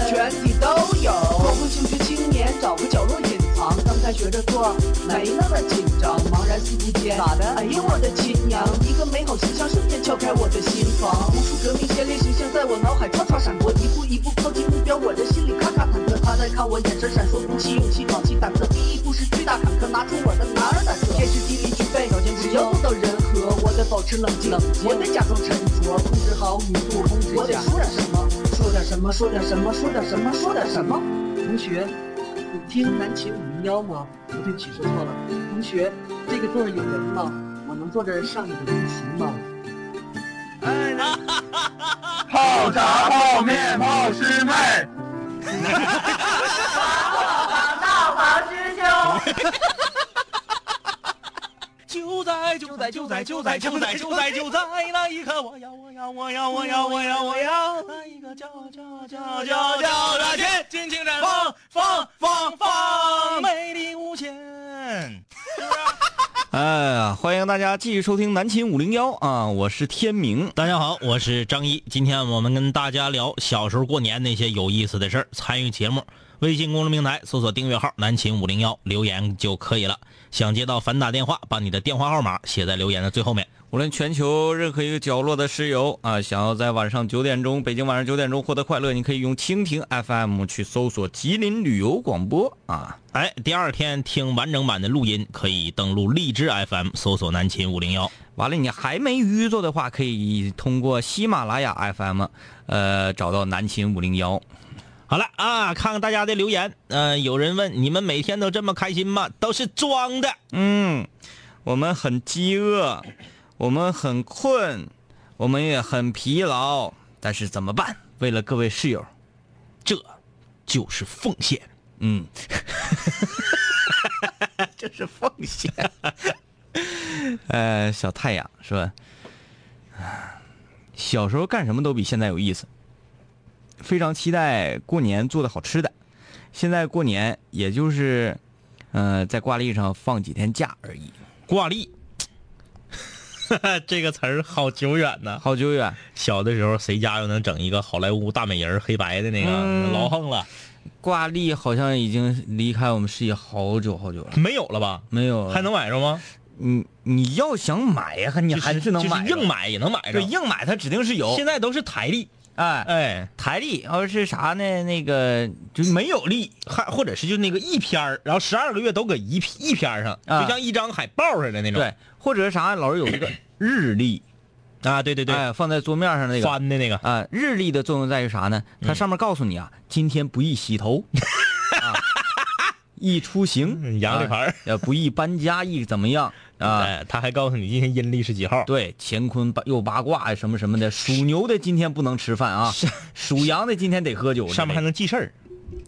F: 全体都有。光辉求学青年，找个角落隐藏，刚才学着做，没那么紧张，茫然四顾间，咋的？哎呦我的亲娘！一个美好形象瞬间敲开我的心房，无数革命先烈形象在我脑海唰唰闪过，一步一步靠近目标，我的心里咔咔忐忑，他在看我眼神闪烁，鼓起勇气，壮起胆子，第一步是巨大坎坷，拿出我的男儿胆色，天时地利具备，条件只要做到人和，我得保持冷静，我得假装沉着，控制好语速，我得说点什么，说点什么，说点什么，说点什么，说点什么。同学，你听南琴五零幺吗？不对不起，说错了。同学，这个座儿有人吗？我能坐这儿上一个围棋吗？
E: 泡茶、泡面、泡师妹，
C: 就在就在就在就在就在就在就在那一刻，我要我要我要我要我要我要那一个叫叫叫叫叫的天，尽情绽放放放放，美丽无限。
D: 哎呀，欢迎大家继续收听南秦五零幺啊，我是天明。
C: 大家好，我是张一。今天我们跟大家聊小时候过年那些有意思的事儿。参与节目，微信公众平台搜索订阅号“南秦五零幺”，留言就可以了。想接到反打电话，把你的电话号码写在留言的最后面。
D: 无论全球任何一个角落的石油啊，想要在晚上九点钟，北京晚上九点钟获得快乐，你可以用蜻蜓 FM 去搜索吉林旅游广播啊。
C: 哎，第二天听完整版的录音，可以登录荔枝 FM，搜索“南秦五零幺
D: 完了，你还没预做的话，可以通过喜马拉雅 FM，呃，找到南秦五零幺。”。
C: 好了啊，看看大家的留言。嗯、有人问你们每天都这么开心吗？都是装的。
D: 嗯，我们很饥饿，我们很困，我们也很疲劳，但是怎么办？为了各位室友，
C: 这就是奉献。
D: 嗯， [laughs] 这是奉献。 [laughs] 呃，小太阳是吧？ [sighs] 小时候干什么都比现在有意思。非常期待过年做的好吃的。现在过年也就是，呃，在挂历上放几天假而已。
C: 挂历， [laughs] 这个词儿好久远呐。
D: 好久远，
C: 小的时候谁家又能整一个好莱坞大美人儿黑白的那个，
D: 嗯
C: 老横了，
D: 挂历好像已经离开我们视野好久好久了，
C: 没有了吧？
D: 没有了
C: 还能买着吗？
D: 你你要想买呀，你
C: 就是
D: 还是能买的，
C: 就是硬买也能买着。
D: 对，硬买它指定是有，
C: 现在都是台历，
D: 哎，
C: 哎，
D: 台历要是啥呢？那个就是没有历，
C: 还或者是就那个一篇儿，然后十二个月都搁一批一篇儿上，
D: 啊
C: 就像一张海报似的那种。
D: 对，或者是啥老是有一个日历，
C: 啊，对对对，
D: 哎，放在桌面上那个。
C: 翻的那个，
D: 啊，日历的作用在于啥呢？
C: 嗯
D: 它上面告诉你啊，今天不宜
C: [laughs]
D: 洗头，啊，易出行，
C: 嗯阳历牌儿
D: 啊呃，不宜搬家，易怎么样啊？
C: 哎，他还告诉你今天阴历是几号。
D: 对，乾坤八又八卦呀，什么什么的。属牛的今天不能吃饭啊，属羊的今天得喝酒。
C: 上面还能记事儿，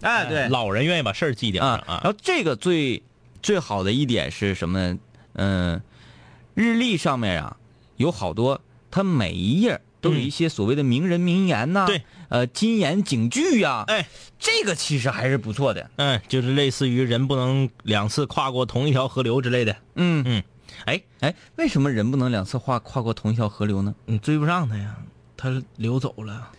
D: 哎，对，
C: 老人愿意把事儿记点上
D: 啊，然
C: 啊。
D: 后这个最最好的一点是什么呢？嗯，日历上面啊有好多，它每一页都有一些所谓的名人名言呐、
C: 对，
D: 呃，金言警句呀、
C: 哎，
D: 这个其实还是不错的。
C: 嗯，就是类似于人不能两次跨过同一条河流之类的。
D: 嗯
C: 嗯，哎，
D: 哎，为什么人不能两次跨跨过同一条河流呢？
C: 你追不上他呀，他流走了。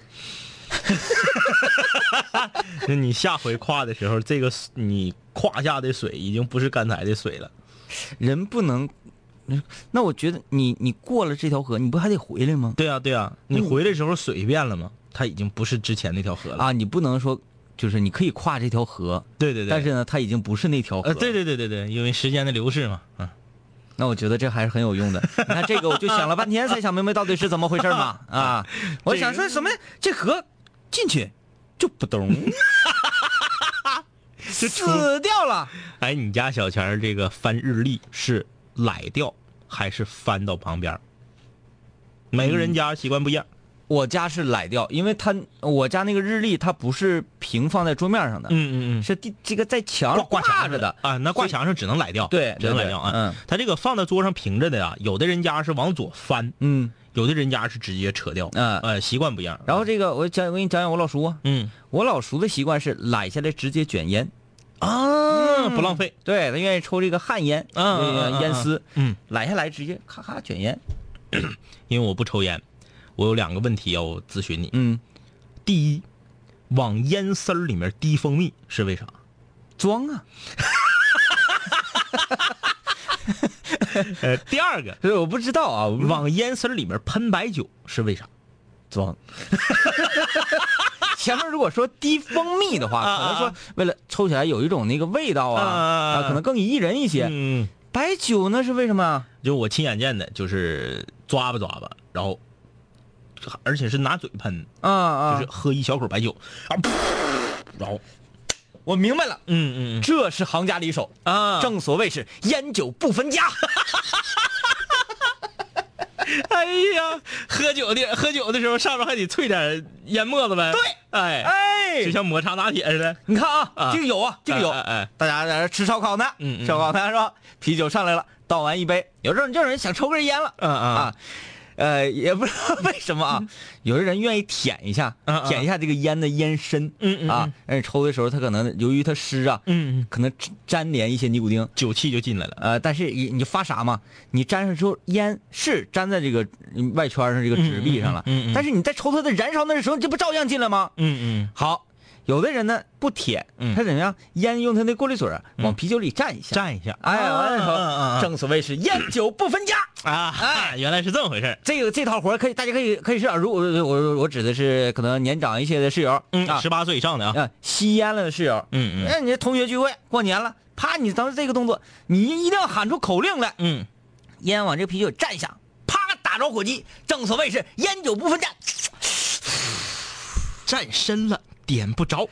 C: 那你下回跨的时候，这个 s- 你胯下的水已经不是刚才的水了。
D: 人不能，那我觉得你你过了这条河，你不还得回来吗？
C: 对啊，对啊，你回来时候水变了吗？它已经不是之前那条河了。
D: 啊，你不能说，就是你可以跨这条河，
C: 对对对，
D: 但是呢，它已经不是那条河。
C: 呃，对对对对对，因为时间的流逝嘛，嗯，
D: 那我觉得这还是很有用的。你看这个，我就想了半天才想明白到底是怎么回事嘛。啊，我想说什么？这河进去就扑
C: [laughs]
D: 咚，死掉了。
C: 哎，你家小钱儿这个翻日历是懒掉还是翻到旁边儿？每个人家习惯不一样。
D: 我家是懒掉，因为它我家那个日历它不是平放在桌面上的，
C: 嗯嗯
D: 是地这个在墙
C: 挂挂
D: 上
C: 墙
D: 着的。
C: 啊，那挂墙上只能懒掉，
D: 对
C: 只能
D: 对
C: 懒掉啊。
D: 嗯，
C: 他这个放在桌上平着的呀，有的人家是往左翻，
D: 嗯，
C: 有的人家是直接扯掉，
D: 嗯
C: 呃，习惯不一样。
D: 然后这个我讲，我给你讲讲我老叔啊，
C: 嗯
D: 我老叔的习惯是懒下来直接卷烟，嗯
C: 啊，不浪费，
D: 对他愿意抽这个旱烟，
C: 嗯嗯
D: 呃
C: 嗯嗯
D: 烟丝，
C: 嗯，
D: 懒下来直接咔咔卷烟，
C: 因为我不抽烟，我有两个问题要咨询你。
D: 嗯，
C: 第一，往烟丝儿里面滴蜂蜜是为啥？
D: 装啊。
C: 呃，第二个，
D: 对，我不知道啊，我不知道
C: 往烟丝儿里面喷白酒是为啥？
D: [laughs] 装。前面如果说滴蜂蜜的话，可能说为了抽起来有一种那个味道啊，
C: 啊啊啊
D: 啊，可能更宜人一些。
C: 嗯，
D: 白酒呢是为什么啊？
C: 就我亲眼见的，就是抓吧抓吧，然后，而且是拿嘴喷，
D: 啊啊，
C: 就是喝一小口白酒，啊，噗然后，
D: 我明白了，
C: 嗯嗯
D: 这是行家里手
C: 啊
D: 正所谓是烟酒不分家。
C: 哎呀，喝酒的喝酒的时候上面还得淬点烟沫子呗。对，哎，
D: 哎
C: 就，像抹茶拿铁似的。
D: 你看啊，
C: 啊
D: 这个有啊，这个有。
C: 哎哎哎
D: 大家在这吃烧烤呢，
C: 嗯嗯
D: 烧烤呢是吧？啤酒上来了，倒完一杯，有这种这种人想抽根烟了，
C: 嗯嗯
D: 啊，呃，也不知道为什么啊，有的人愿意舔一下，
C: 嗯嗯
D: 舔一下这个烟的烟身，
C: 嗯嗯
D: 啊，但是抽的时候他可能由于他湿啊，
C: 嗯嗯
D: 可能沾粘连一些尼古丁。
C: 酒气就进来了。
D: 呃，但是你你发啥嘛？你沾上之后，烟是粘在这个嗯外圈上这个纸壁上了，
C: 嗯嗯嗯嗯
D: 但是你在抽它的燃烧那时候，这不照样进来吗？
C: 嗯
D: 好，有的人呢不舔，
C: 嗯
D: 他怎么样？烟用他那过滤嘴儿往
C: 嗯
D: 啤酒里蘸一
C: 嗯，
D: 下，
C: 蘸一下。
D: 哎，完了以
C: 嗯嗯嗯
D: 后，
C: 嗯
D: 正所谓是烟酒不分家。
C: 啊，
D: 哎
C: 原来是这么回事儿。
D: 这个这套活儿可以，大家可以可以试啊。如果我我我指的是可能年长一些的室友，啊
C: 十八岁以上的啊。
D: 啊，吸烟了的室友，哎
C: 嗯嗯
D: 那你这同学聚会过年了，啪，你当时这个动作，你一定要喊出口令来，
C: 嗯，
D: 烟往这啤酒里蘸一下，啪，打着火机，正所谓是烟酒不分家。
C: 站深了点不着。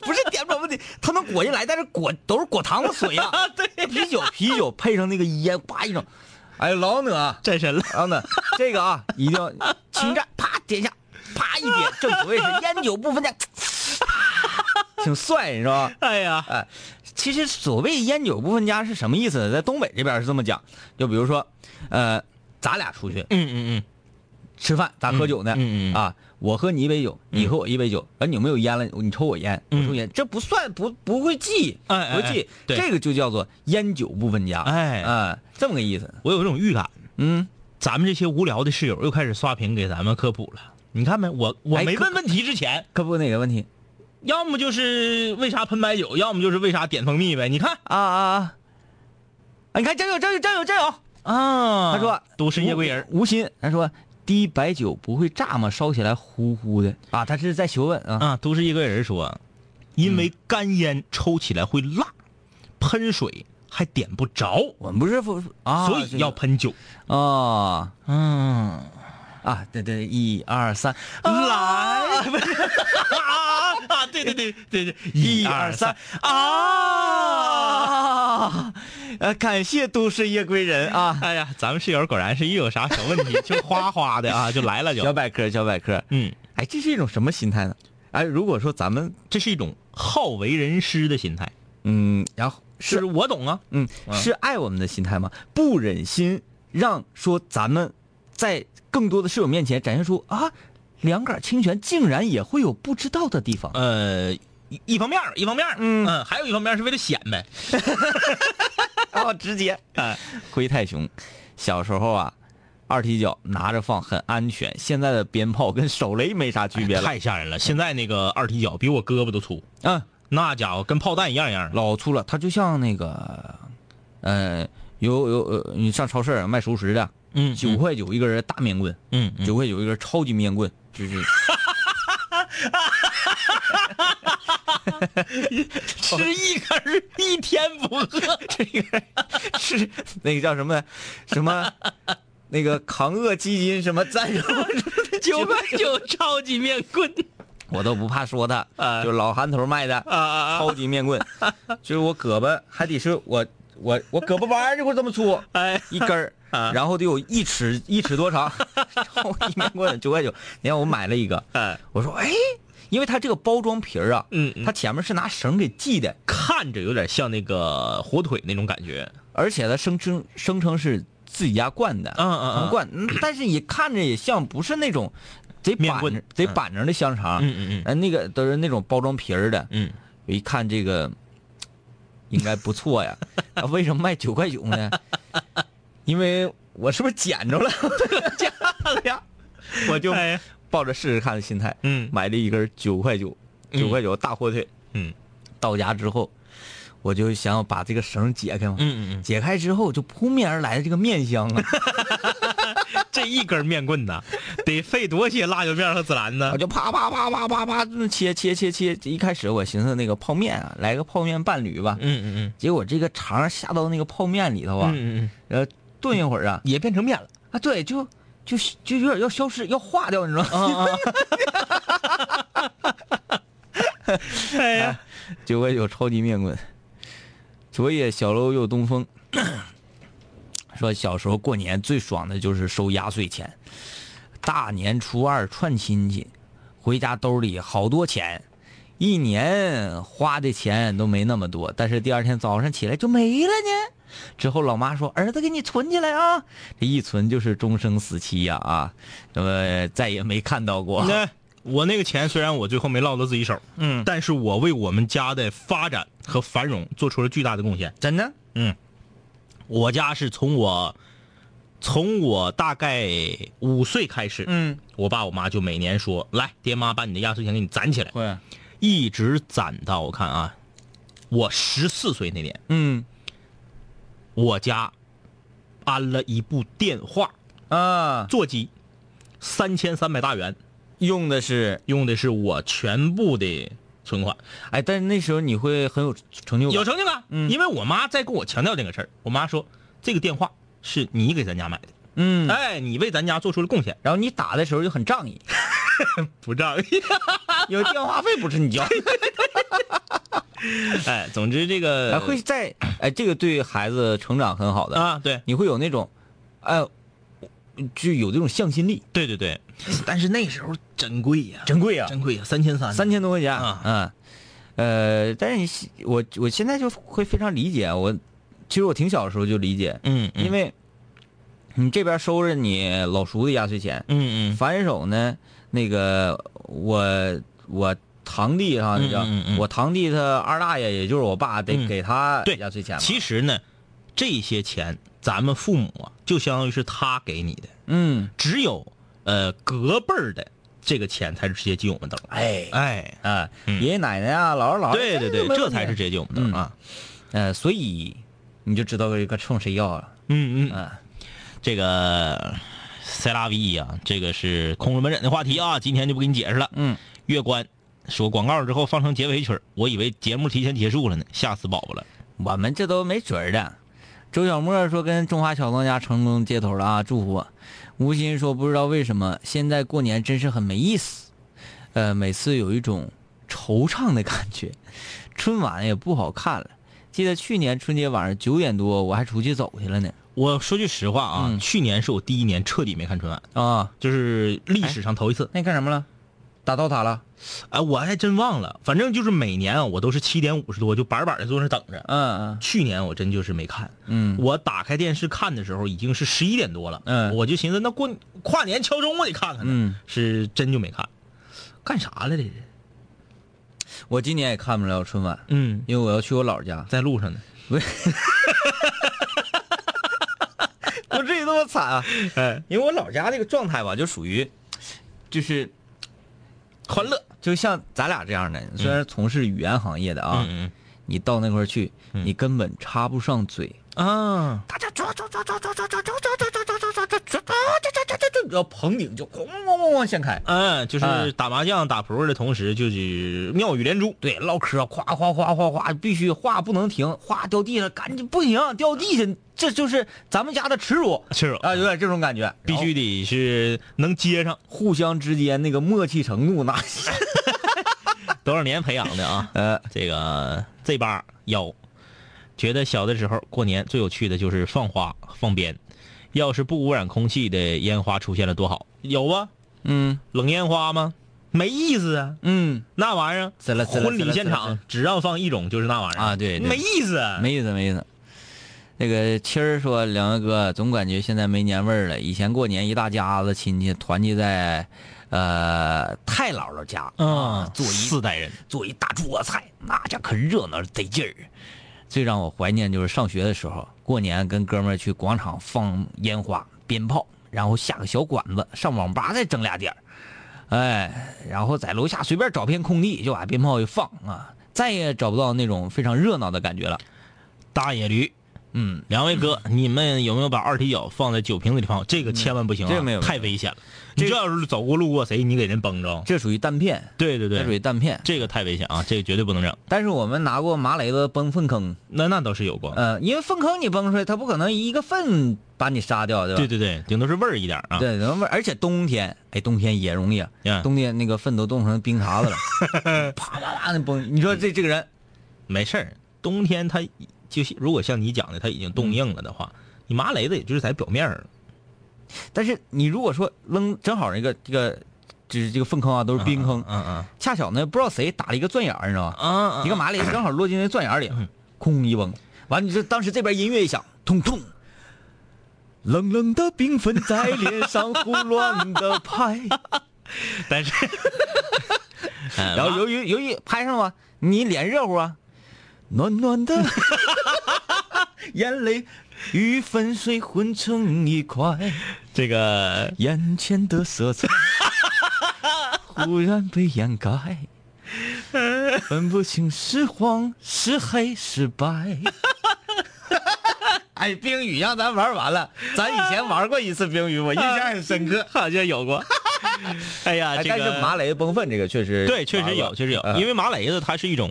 D: 不是点不着问题，它能裹进来，但是裹都是裹糖的水呀、对，啤酒啤酒配上那个烟，啪一整，哎，老呢啊，
C: 战神了， [laughs]
D: 然后呢，这个啊，一定要侵占，啪点一下，啪一点，正所
C: [laughs]
D: 谓是烟酒不分家，挺帅，你知道吧？
C: 哎呀，
D: 哎，其实所谓烟酒不分家是什么意思呢？在东北这边是这么讲，就比如说，呃，咱俩出去
C: 嗯嗯
D: 吃饭咋喝酒呢？
C: 嗯嗯嗯
D: 啊，我喝你一杯酒，你喝我一杯酒，啊，你有没有烟了？你抽我烟，我抽烟，这不算不不会记，
C: 哎嗯哎哎
D: 不会记，
C: 对
D: 这个就叫做烟酒不分家，
C: 哎
D: 啊，这么个意思，
C: 我有一种预感，
D: 嗯，
C: 咱们这些无聊的室友又开始刷屏给咱们科普了。你看没？我我
D: 哎
C: 没
D: 科
C: 问问题之前，
D: 可不哪个问题
C: 要么就是为啥喷白酒，要么就是为啥点蜂蜜呗。你看
D: 啊啊啊，啊你看真有真有真有真有，
C: 啊
D: 他说
C: 都是夜归人儿。
D: 无，无心，他说滴白酒不会炸吗？烧起来呼呼的啊，他是在求问啊，
C: 啊，都市夜归人说，因为干烟抽起来会辣，喷水还点不着，
D: 我们不是不啊，
C: 所以要喷酒。
D: 啊
C: 嗯，
D: 啊，对对，一二三，
C: 啊来，不是啊 [laughs] 啊，对对对对对，
D: 一
C: 一
D: 二
C: 二
D: 三
C: 三，
D: 啊！呃，感谢都市夜归人啊，
C: 哎呀，咱们室友果然是一有啥小问题就哗哗的啊，就来了
D: 小
C: 就。
D: 百科，小百科。
C: 嗯，
D: 哎，这是一种什么心态呢？哎，如果说咱们
C: 这是一种好为人师的心态，
D: 嗯，然后
C: 就是是我懂啊。
D: 嗯是爱我们的心态吗？不忍心让说咱们在更多的室友面前展现出啊，两杆清泉竟然也会有不知道的
C: [laughs]
D: 地方。
C: 呃，一一方面儿，一方面儿，
D: 嗯
C: 嗯，还有一方面儿是为了显摆。
D: 啊，
C: 哦
D: 直接。 [laughs] 哎，灰太熊，小时候啊，二踢脚拿着放很安全，现在的鞭炮跟手雷没啥区别了。
C: 太吓人了！现在那个二踢脚比我胳膊都粗，
D: 嗯，
C: 那家伙跟炮弹一样一样的。
D: 老粗了，它就像那个，呃，有有呃，你上超市卖熟食的，
C: 嗯
D: 九块九一根儿大面棍，
C: 嗯嗯
D: 九块九一根儿超级面棍，就是
C: 吃一根儿一天不 [laughs] 饿，
D: 这个是 [laughs] 那个叫什么什么。那个抗饿基金什么
C: [laughs]
D: 赞助，
C: 九块九超级面棍
D: 我都不怕说它，
C: 啊
D: 就是老韩头卖的，
C: [laughs] 啊啊！
D: 超
C: [laughs]
D: 级面棍，就是我胳膊还得是我我我胳膊弯儿就会这么粗，
C: 哎，
D: 一根
C: [laughs]
D: 儿，然后得有一尺一尺多长，超级面棍九块九。你看我买了一个，
C: 哎，
D: 我说哎，因为它这个包装皮儿啊，
C: 嗯嗯
D: 它前面是拿绳给系的，
C: 看着有点像那个火腿那种感觉。
D: 而且它声称声称是自己家灌的，
C: 嗯嗯嗯
D: 灌，嗯但是也看着也像不是那种贼
C: 面
D: 板
C: 棍
D: 着贼
C: 嗯
D: 板着的香肠，
C: 嗯嗯嗯
D: 呃那个都是那种包装皮儿的，
C: 嗯，
D: 我一看这个应该不错
C: [laughs]
D: 呀，啊为什么卖九块九呢？因为我是不是捡
C: [laughs]
D: 着了？ [laughs] 捡了呀，我就
C: 哎呀
D: 抱着试试看的心态，
C: 嗯
D: 买了一根九块九，九块九大火腿。
C: 嗯，
D: 到家之后，我就想把这个绳解开嘛。
C: 嗯嗯嗯
D: 解开之后就扑面而来的这个面香啊，
C: 这一根面棍呐，得费多些辣椒面和孜然呢
D: 我？就啪啪啪啪啪啪这么切切切切。一开始我寻思那个泡面啊，来个泡面伴侣吧。
C: 嗯嗯嗯
D: 结果这个肠儿下到那个泡面里头啊，
C: 嗯嗯，
D: 然后炖一会儿啊，
C: 也变成面了。
D: 啊，对，就就就有点要消失，要化掉，你知道
C: 哦
D: 吗？
C: 哎呀，
D: 九块九超级面棍。昨夜小楼又东 [coughs] 风，说小时候过年最爽的就是收压岁钱，大年初二串亲戚，回家兜里好多钱，一年花的钱都没那么多，但是第二天早上起来就没了呢。之后老妈说：“儿子，给你存起来啊！”这一存就是终生死期呀啊那么再也没看到过。
C: 那我那个钱虽然我最后没落到自己手，
D: 嗯
C: 但是我为我们家的发展和繁荣做出了巨大的贡献。
D: 真的，
C: 我家是从我从我大概五岁开始，
D: 嗯，
C: 我爸我妈就每年说，来，爹妈把你的压岁钱给你攒起来，
D: 会，
C: 一直攒到我看啊，我十四岁那年，
D: 嗯
C: 我家安了一部电话
D: 啊，
C: 座机，三千三百大元，
D: 用的是
C: 用的是我全部的存款，
D: 哎，但是那时候你会很有成就感，
C: 有成就感，
D: 嗯
C: 因为我妈在跟我强调这个事儿，我妈说这个电话是你给咱家买的，
D: 嗯，
C: 哎，你为咱家做出了贡献，
D: 然后你打的时候就很仗义，
C: 啊不 [laughs] 仗义。
D: [laughs] 有电话费不是你交，
C: 哎，总之这
D: 还
C: 个
D: 会在哎，这个对孩子成长很好的，
C: 啊，对
D: 你会有那种，哎，就有这种向心力，
C: 对对对，但是那时候真贵呀、
D: 珍贵啊，
C: 真贵呀、三千三，
D: 三千多块钱，
C: 啊
D: 嗯，呃，但是你现我我现在就会非常理解，我其实我挺小的时候就理解，
C: 嗯，嗯，
D: 因为你这边收着你老叔的压岁钱，
C: 嗯嗯
D: 反手呢，那个我我堂弟哈，那叫、
C: 嗯嗯嗯
D: 我堂弟他二大爷，也就是我爸，得
C: 嗯
D: 给他
C: 对
D: 压岁钱嘛。
C: 其实呢，这些钱咱们父母啊，就相当于是他给你的，
D: 嗯，
C: 只有呃隔辈儿的这个钱才是直接进我们兜儿。
D: 哎
C: 哎，
D: 啊，
C: 嗯
D: 爷爷奶奶啊，姥姥姥姥，
C: 对对对，
D: 没问
C: 这
D: 题啊
C: 才是直接进我们兜儿啊。
D: 呃，所以你就知道这个冲谁要了。
C: 嗯嗯，
D: 嗯
C: 这个塞拉维啊，这个是空中门诊的话题啊，今天就不给你解释了。
D: 嗯，
C: 月关说广告之后放成结尾曲儿，我以为节目提前结束了呢，吓死宝宝了。
D: 我们这都没准儿的。周小沫说跟中华小当家成功接头了啊，祝福我。吴昕说不知道为什么现在过年真是很没意思，呃，每次有一种惆怅的感觉，春晚也不好看了。记得去年春节晚上九点多我还出去走去了呢。
C: 我说句实话啊，
D: 嗯
C: 去年是我第一年彻底没看春晚，
D: 啊，
C: 就是历
D: 哎
C: 史上头一次。
D: 那你干什么了？打刀塔了？
C: 哎，我还真忘了，反正就是每年啊，我都是七点五十多就板板的坐那儿等着。
D: 嗯
C: 去年我真就是没看，
D: 嗯嗯
C: 我打开电视看的时候已经是十一点多了，
D: 嗯
C: 我就寻思那过跨年敲钟我得看看呢，
D: 嗯，
C: 是真就没看，干啥来着？这是，
D: 我今年也看不了春晚，
C: 嗯，
D: 因为我要去我姥儿 [laughs] 家。
C: 在路上呢，
D: 不至于那么惨 [laughs] 啊！
C: 哎，
D: 因为我老家这个状态吧，就属于，就是
C: 欢乐
D: 就像咱俩这样的，虽然从事语言行业的啊，
C: 嗯
D: 你到那块儿去，
C: 嗯
D: 你根本插不上嘴，
C: 嗯啊，
D: 大家走走走走走走走走走走走走走走走走走走，然后棚顶就咣咣咣咣掀开，
C: 嗯，就是
D: 哎
C: 打麻将、打扑克的同时，就是妙语连珠，
D: 对，唠嗑，哗哗哗哗哗，必须话不能停，哗掉地上，赶紧不行，掉地下，这就是咱们家的耻辱
C: 是吧
D: 啊，有点这种感觉，
C: 哎必须得是能接 [laughs] 上，
D: 互相之间那个默契程度那，，
C: 多少年培养的啊
D: 呃，
C: 这个 Z 八幺，觉得小的时候过年最有趣的就是放花放鞭，要是不污染空气的烟花出现了多好，有啊，
D: 嗯
C: 冷烟花吗？没意思啊，
D: 嗯。
C: 那玩意儿
D: 是了是了
C: 婚
D: 是
C: 礼
D: 了
C: 现
D: 是了是
C: 场
D: 了
C: 只让放一种，就是那玩意儿
D: 啊对对
C: 没意思啊，
D: 没意思，没意思。那个七儿说：“两位哥，总感觉现在没年味儿了。以前过年一大家子亲戚团聚在，呃，太姥姥家
C: 啊，
D: 做一
C: 四代人，
D: 做一大桌菜，那家可热闹得劲儿。最让我怀念就是上学的时候，过年跟哥们儿去广场放烟花、鞭炮，然后下个小馆子，上网吧再整俩点儿，哎，然后在楼下随便找片空地就把鞭炮一放啊，再也找不到那种非常热闹的感觉了。
C: 大野驴。
D: 嗯。”
C: 两位哥，你们有没有把二踢脚放在酒瓶子里放？这个千万不行啊，
D: 嗯这个没有
C: 太危险了。
D: 这
C: 你这要是走过路过谁，你给人崩着。
D: 这属于弹片，
C: 对对
D: 这属
C: 对，
D: 于弹片。
C: 这个太危险啊，这个绝对不能整。
D: 但是我们拿过麻雷子崩粪坑，
C: 那那倒是有过，
D: 呃，因为粪坑你崩出来，它不可能一个粪把你杀掉，对吧？
C: 对对对，顶多是味儿一点儿啊。
D: 对，然后而且冬天，哎，冬天也容易啊，
C: 嗯
D: 冬天那个粪都冻成冰碴子了，
C: [laughs]
D: 啪啪啪的崩。你说这这个人，
C: 没事儿，冬天它就是如果像你讲的，它已经
D: 嗯
C: 冻硬了的话，你麻雷子也就是在表面儿
D: 但是你如果说扔正好那个这个，就是这个粪坑啊，都是冰坑，
C: 嗯嗯
D: 恰巧呢不知道谁打了一个钻眼儿，你知道吗？
C: 啊
D: 一个麻雷正好落进那钻眼里，空一崩，完你这当时这边音乐一响，通通，冷冷的冰粉在脸上胡乱的拍，
C: 但
D: [laughs]
C: 是，然
D: 然后由于由于拍上了嘛，你脸热乎啊，暖暖的眼泪与粉水混成一块，
C: 这
D: [laughs]
C: 个
D: 眼前的色 [laughs] 彩忽然被掩盖。分不清是黄是黑是白。 [laughs] 哎，冰雨让咱玩完了，咱以前玩过一次冰雨，我印象很深刻。
C: 好像有过。 [laughs] 哎呀，
D: 哎，
C: 这
D: 但是
C: 个
D: 麻雷崩粪这个确实
C: 对，确实
D: 玩
C: 有，
D: 过
C: 确实有，
D: 嗯
C: 因为麻雷子它是一种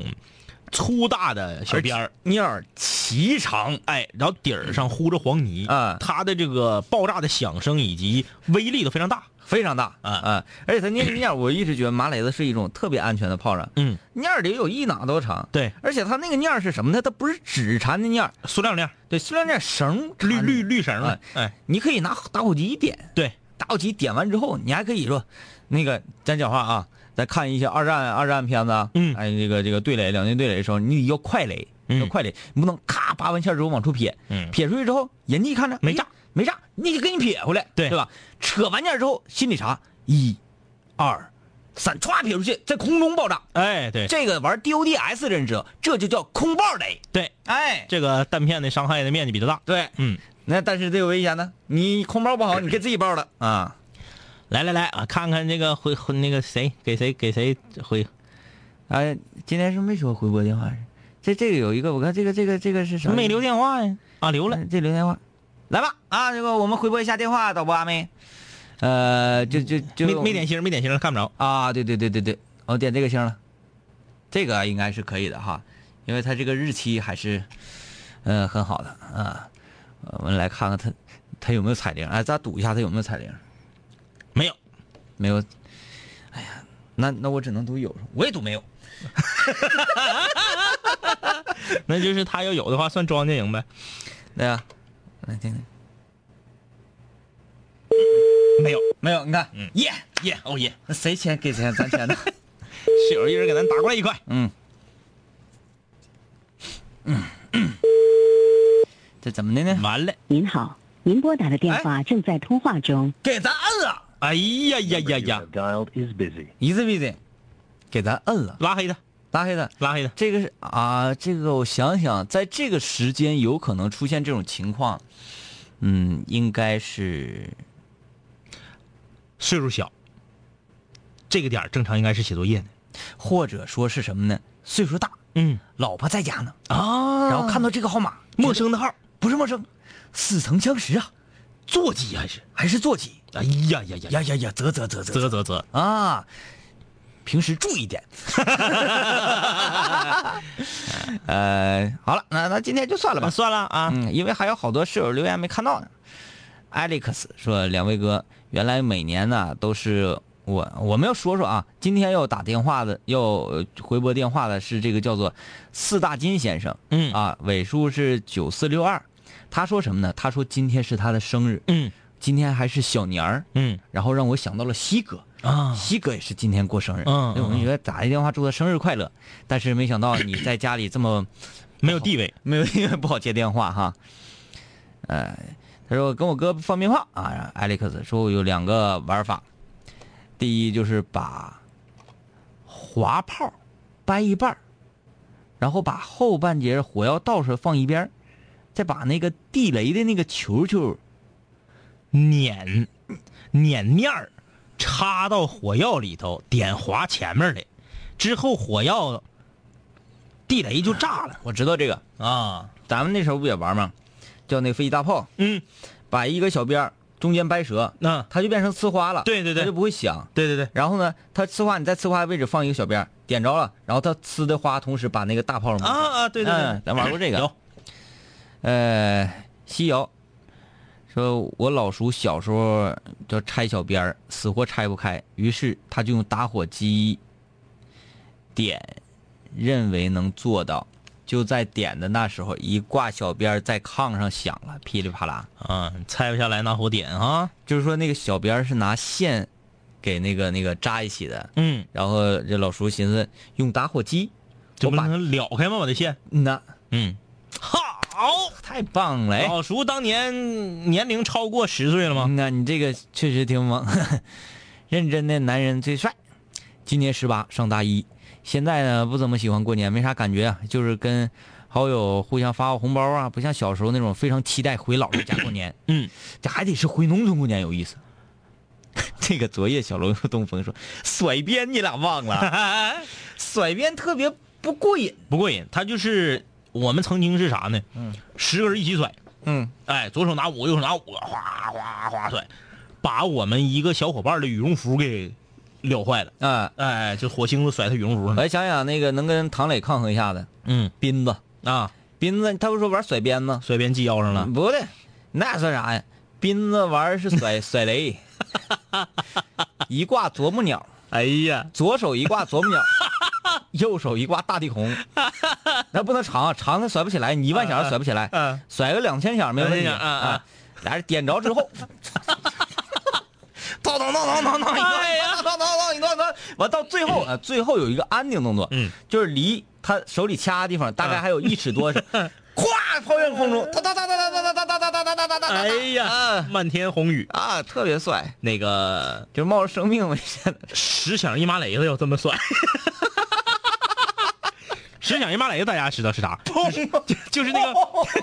C: 粗大的小鞭儿，
D: 面儿
C: 奇长，哎，然后底儿上糊着黄泥，
D: 啊
C: 它的这个爆炸的响声以及威力都非常大，
D: 非常大
C: 嗯
D: 啊！而且它那个面儿，我一直觉得麻雷子是一种特别安全的炮仗，
C: 嗯，
D: 面儿得有一哪多长。
C: 对，
D: 而且它那个面儿是什么呢？它不是纸缠的面儿，
C: 塑料链儿，
D: 对，塑料面儿绳
C: 绿
D: 缠
C: 绿，绿绳的，哎，
D: 你可以拿打火机一点，
C: 对，
D: 打火机点完之后，你还可以说，那个咱讲话啊，咱看一些二战二战片子啊，
C: 嗯
D: 哎，这个这个对垒两军对垒的时候，你得要快垒，
C: 嗯
D: 要快垒，你不能咔拔完线之后往出撇，
C: 嗯
D: 撇出去之后，人家一看着
C: 没
D: 哎
C: 炸
D: 没炸，你就给你撇回来，
C: 对
D: 对吧？扯完件之后心里查，一、二、三，歘撇出去，在空中爆炸。
C: 哎，对
D: 这个玩 DODS 的人知道，这就叫空爆雷。
C: 对，
D: 哎，
C: 这个弹片的伤害的面积比较大。
D: 对，
C: 嗯，
D: 那但是这有危险呢，你空爆不好，你给自己爆了啊。
C: 来来来啊，看看这个回回那个谁给谁给谁回
D: 哎，今天是没说回拨电话，这这个有一个，我看这个这个这个是啥？
C: 没留电话呀？啊，留了
D: 呃。这留电话，来吧啊，这个我们回拨一下电话，导播阿妹，呃，就就就
C: 没没点星儿，没点星儿，看不着。
D: 啊，对对对对对，我点这个星了，这个应该是可以的哈，因为它这个日期还是，呃，很好的啊。我们来看看它它有没有彩铃，哎，咱赌一下它有没有彩铃，
C: 没有，
D: 没有，哎呀，那那我只能赌有，我也赌没有。
C: [laughs] 那就是他要有的话，算庄稼赢呗。
D: 对啊呀、来听听，
C: 没有，
D: 没有，你看，
C: 嗯
D: 耶，
C: 耶哦耶，
D: 那谁钱给谁，咱钱呢？
C: 室友一人给咱打过来一块。
D: 嗯， [coughs] 这怎么的呢？
C: 完了，
G: 您好，您拨打的电话正在通话中。
D: 给咱摁了，
C: 哎呀呀呀呀，
D: 一字必得，给咱摁了，
C: 拉黑他，
D: 拉黑他。
C: 拉黑他。
D: 这个是啊，这个我想想，在这个时间有可能出现这种情况，嗯，应该是
C: 岁数小，这个点儿正常应该是写作业呢。
D: 或者说是什么呢？岁数大，
C: 嗯
D: 老婆在家呢，
C: 啊
D: 然后看到这个号码，
C: 陌生的号，
D: 不是陌生，似曾相识啊，
C: 座机还是？
D: 还是座机。
C: 哎呀呀呀呀
D: 呀呀呀，啧啧啧啧
C: 啧啧啧，
D: 啊！平时注意点。 [laughs] 呃，好了，那那今天就算了吧
C: 那。算了啊。
D: 嗯，因为还有好多室友留言没看到呢。Alex 说：“两位哥，原来每年呢、都是我我们要说说啊，今天要打电话的，要呃回拨电话的是这个叫做四大金先生，
C: 嗯
D: 啊，尾数是九四六二。他说什么呢？他说今天是他的生日，
C: 嗯
D: 今天还是小年儿，
C: 嗯
D: 然后让我想到了西哥。”
C: 啊，
D: 西哥也是今天过生日，
C: 嗯
D: 所以我们觉得打一电话祝他生日快乐，但是没想到你在家里
C: [laughs]
D: 这么
C: 没有地位。
D: 没有因为不好接电话哈。呃，他说我跟我哥放鞭炮啊，艾利克斯说我有两个玩法，第一就是把滑炮掰一半儿然后把后半截火药倒出来放一边儿再把那个地雷的那个球球
C: 碾碾面儿插到火药里头，点划前面的，之后火药地雷就炸了
D: 我知道这个，
C: 啊。
D: 咱们那时候不也玩吗？叫那飞机大炮，
C: 嗯，
D: 把一个小鞭儿中间掰折，
C: 那、
D: 它就变成呲花了。
C: 对对对
D: 它就不会响。
C: 对对对，
D: 然后呢，它呲花，你在呲花的位置放一个小鞭儿，点着了，然后它呲的花，同时把那个大炮儿抹上
C: 啊啊对对对
D: 嗯咱玩过这个。
C: 有，
D: 呃，西瑶说，我老叔小时候就拆小鞭儿，死活拆不开，于是他就用打火机点，认为能做到。就在点的那时候，一挂小鞭儿在炕上响了，噼里啪啦。
C: 啊，拆不下来拿火点啊。
D: 就是说那个小鞭儿是拿线给那个那个扎一起的，
C: 嗯，
D: 然后这老叔寻思用打火机，
C: 这
D: 我
C: 不
D: 把
C: 能了开吗？我的线。
D: 那
C: 嗯，好。
D: 太棒了，哎，
C: 老叔当年年龄超过十岁了吗？
D: 嗯那你这个确实挺猛， [laughs] 认真的男人最帅。今年十八，上大一，现在呢不怎么喜欢过年，没啥感觉啊，就是跟好友互相发个红包啊，不像小时候那种非常期待回姥姥家过年。
C: 嗯，
D: [clears throat] 这还得是回农村过年有意思。 [laughs] 这个昨夜小楼又东风说甩鞭你俩忘了，
C: [laughs]
D: 甩鞭特别不过瘾。
C: 不过瘾，他就是我们曾经是啥呢？嗯，十个人一起甩，
D: 嗯，
C: 哎，左手拿五个，右手拿五个，哗哗哗甩，把我们一个小伙伴的羽绒服给撂坏了。
D: 啊，
C: 哎，就火星子甩他羽绒服上
D: 我
C: 了。
D: 还想想那个能跟唐磊抗衡一下的
C: 嗯
D: 斌子，
C: 啊，
D: 斌子他不是说玩甩鞭吗？
C: 甩鞭系腰上了。
D: 不对，那算啥呀？斌子玩儿是
C: [laughs]
D: 甩甩雷，一挂啄木鸟，
C: 哎呀，
D: 左手一挂
C: [laughs]
D: 啄木鸟，右手一挂大地红，那不能长，啊长它甩不起来，你一万响儿甩不起来，
C: 嗯
D: 甩个两千响儿没问
C: 哎
D: 题
C: 呀啊啊
D: 啊。俩人点着之后，当当当当当当一段，当当当当一段，当完到最后啊，最后有一个安定动作，
C: 嗯，啊
D: 就是离他手里掐的地方大概还有一尺多，咵啪抛向空中，哒哒哒哒哒哒哒哒哒哒哒哒哒哒，
C: [laughs] 哎呀，
D: 啊
C: 漫天红雨，
D: 啊，特别帅，
C: 那个
D: 就是冒着生命危险的，
C: 十响一麻雷子要这么算，十响一麻雷子大家知道是啥？就就是那个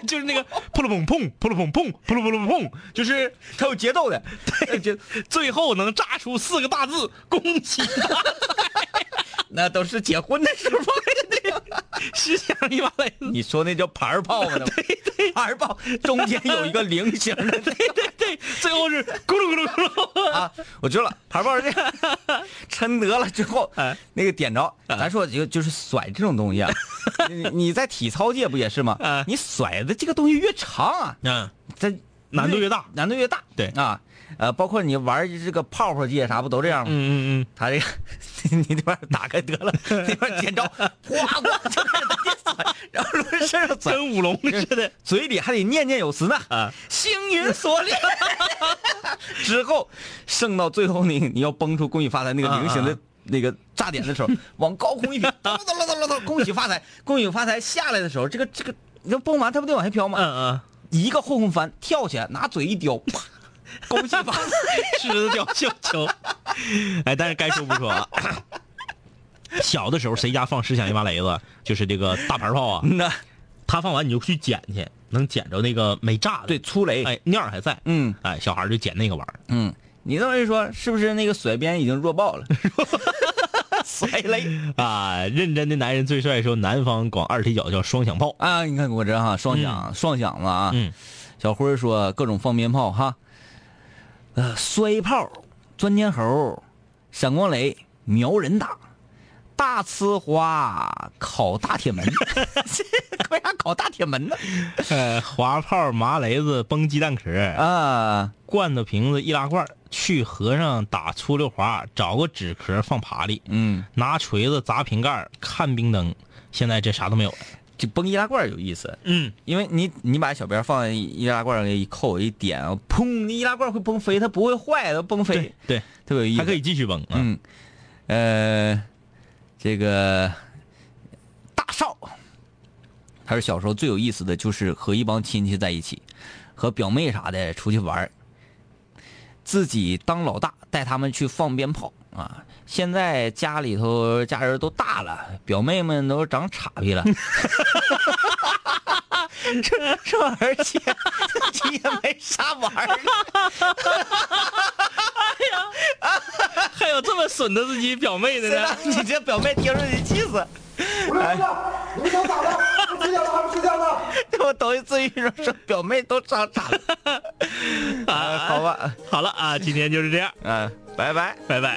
C: 就是那个扑噜砰砰扑噜砰砰扑噜扑噜砰，就是
D: 他有节
C: [laughs]
D: 奏的，
C: 就最后能炸出四个大字“恭喜发
D: 那都是结婚的时候。
C: 财”，十响一麻雷子。
D: [laughs] 你说那叫盘儿炮吗？ [laughs] 对对，盘儿炮中间有一个菱 [laughs] 形的
C: 对对对，最后是咕噜咕噜咕噜。
D: 啊，我知道了，盘儿炮是这样， [laughs] 抻得了之后
C: 哎，
D: 那个点着，咱说就就是甩这种东西 [laughs] 啊，你你在体操界不也是吗
C: 哎？
D: 你甩的这个东西越长啊，
C: 嗯，
D: 这
C: 难度越大
D: 难度越大。
C: 对
D: 啊，呃，包括你玩这个泡泡界啥不都这样吗？
C: 嗯嗯
D: 他这个， [laughs] 你这边打开得
C: [laughs]
D: 了，那边捡着，哗哗就开始在那甩，然后轮身上
C: 嗯，
D: 甩，
C: 跟舞龙似的。
D: 嘴里还得念念有词呢。
C: 啊，
D: 星云锁链， [laughs] 之后剩到最后那个你要崩出恭喜发财那个菱形
C: 啊
D: 的那个炸点的时候，往高空一飘，咚咚咚咚咚咚，恭喜发财，恭喜发财下来的时候，这个这个你要崩完它不得往下飘吗？
C: 嗯嗯，
D: 一个后空翻跳起来，拿嘴一叼，啪恭喜发财。
C: 狮子吊绣球。 [laughs] 哎，但是该说不说 [laughs] 啊，小的时候谁家放十响一麻雷子，就是这个大盘炮 [laughs] 啊，
D: [laughs] 那
C: 他放完你就去捡去，能捡着那个没炸的。
D: 对，粗雷，
C: 哎，尿儿还在。
D: 嗯
C: 哎，小孩儿就捡那个玩儿。
D: 嗯，你这么一说，是不是那个甩鞭已经弱爆了？ [laughs] 甩雷
C: 啊，认真的男人最帅，说南方管二踢脚叫双响 [laughs] 炮。
D: 啊！你看我这哈双响、双响了啊！
C: 嗯，
D: 小辉儿说各种放鞭炮哈，呃，摔炮、钻天猴、闪光雷、瞄人打、大呲花、烤大铁 [laughs] 门，为啥烤大铁门呢？
C: 呃，滑炮、麻雷子、崩鸡蛋壳儿、
D: 啊，
C: 罐子、瓶子、易拉罐儿，去河上打粗溜滑，找个纸壳儿放耙里，
D: 嗯，
C: 拿锤子砸瓶盖儿，看冰灯。现在这啥都没有了。
D: 这崩易拉罐儿有意思，
C: 嗯，
D: 因为你你把小鞭放在易拉罐儿里一扣一点，砰，易拉罐儿会崩飞，它不会坏，它崩飞
C: 对，对，
D: 特别有意思。
C: 还可以继续崩啊。
D: 嗯，呃，这个大少，他说小时候最有意思的就是和一帮亲戚在一起，和表妹啥的出去玩儿自己当老大，带他们去放鞭炮啊。现在家里头家人都大了，表妹们都长岔劈了， [laughs] 这这玩意儿姐这也没啥玩儿的。
C: 还有这么损的自己表妹的
D: 真的？ [laughs] 你这表妹听着得气死。
H: 无论怎么，你们想咋的？几点了还不睡觉呢？
D: [laughs] 我头一次遇着说表妹都长长了，啊，好吧，
C: 好了啊，今天就是这样，
D: 嗯，拜拜。
C: 拜拜。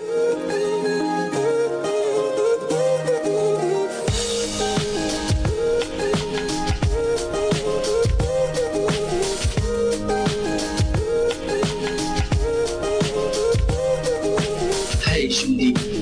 F: 嘿，兄弟，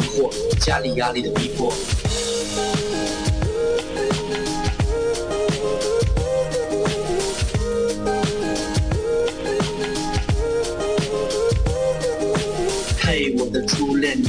F: 惑，家里压力的逼迫。嘿，我的初恋，你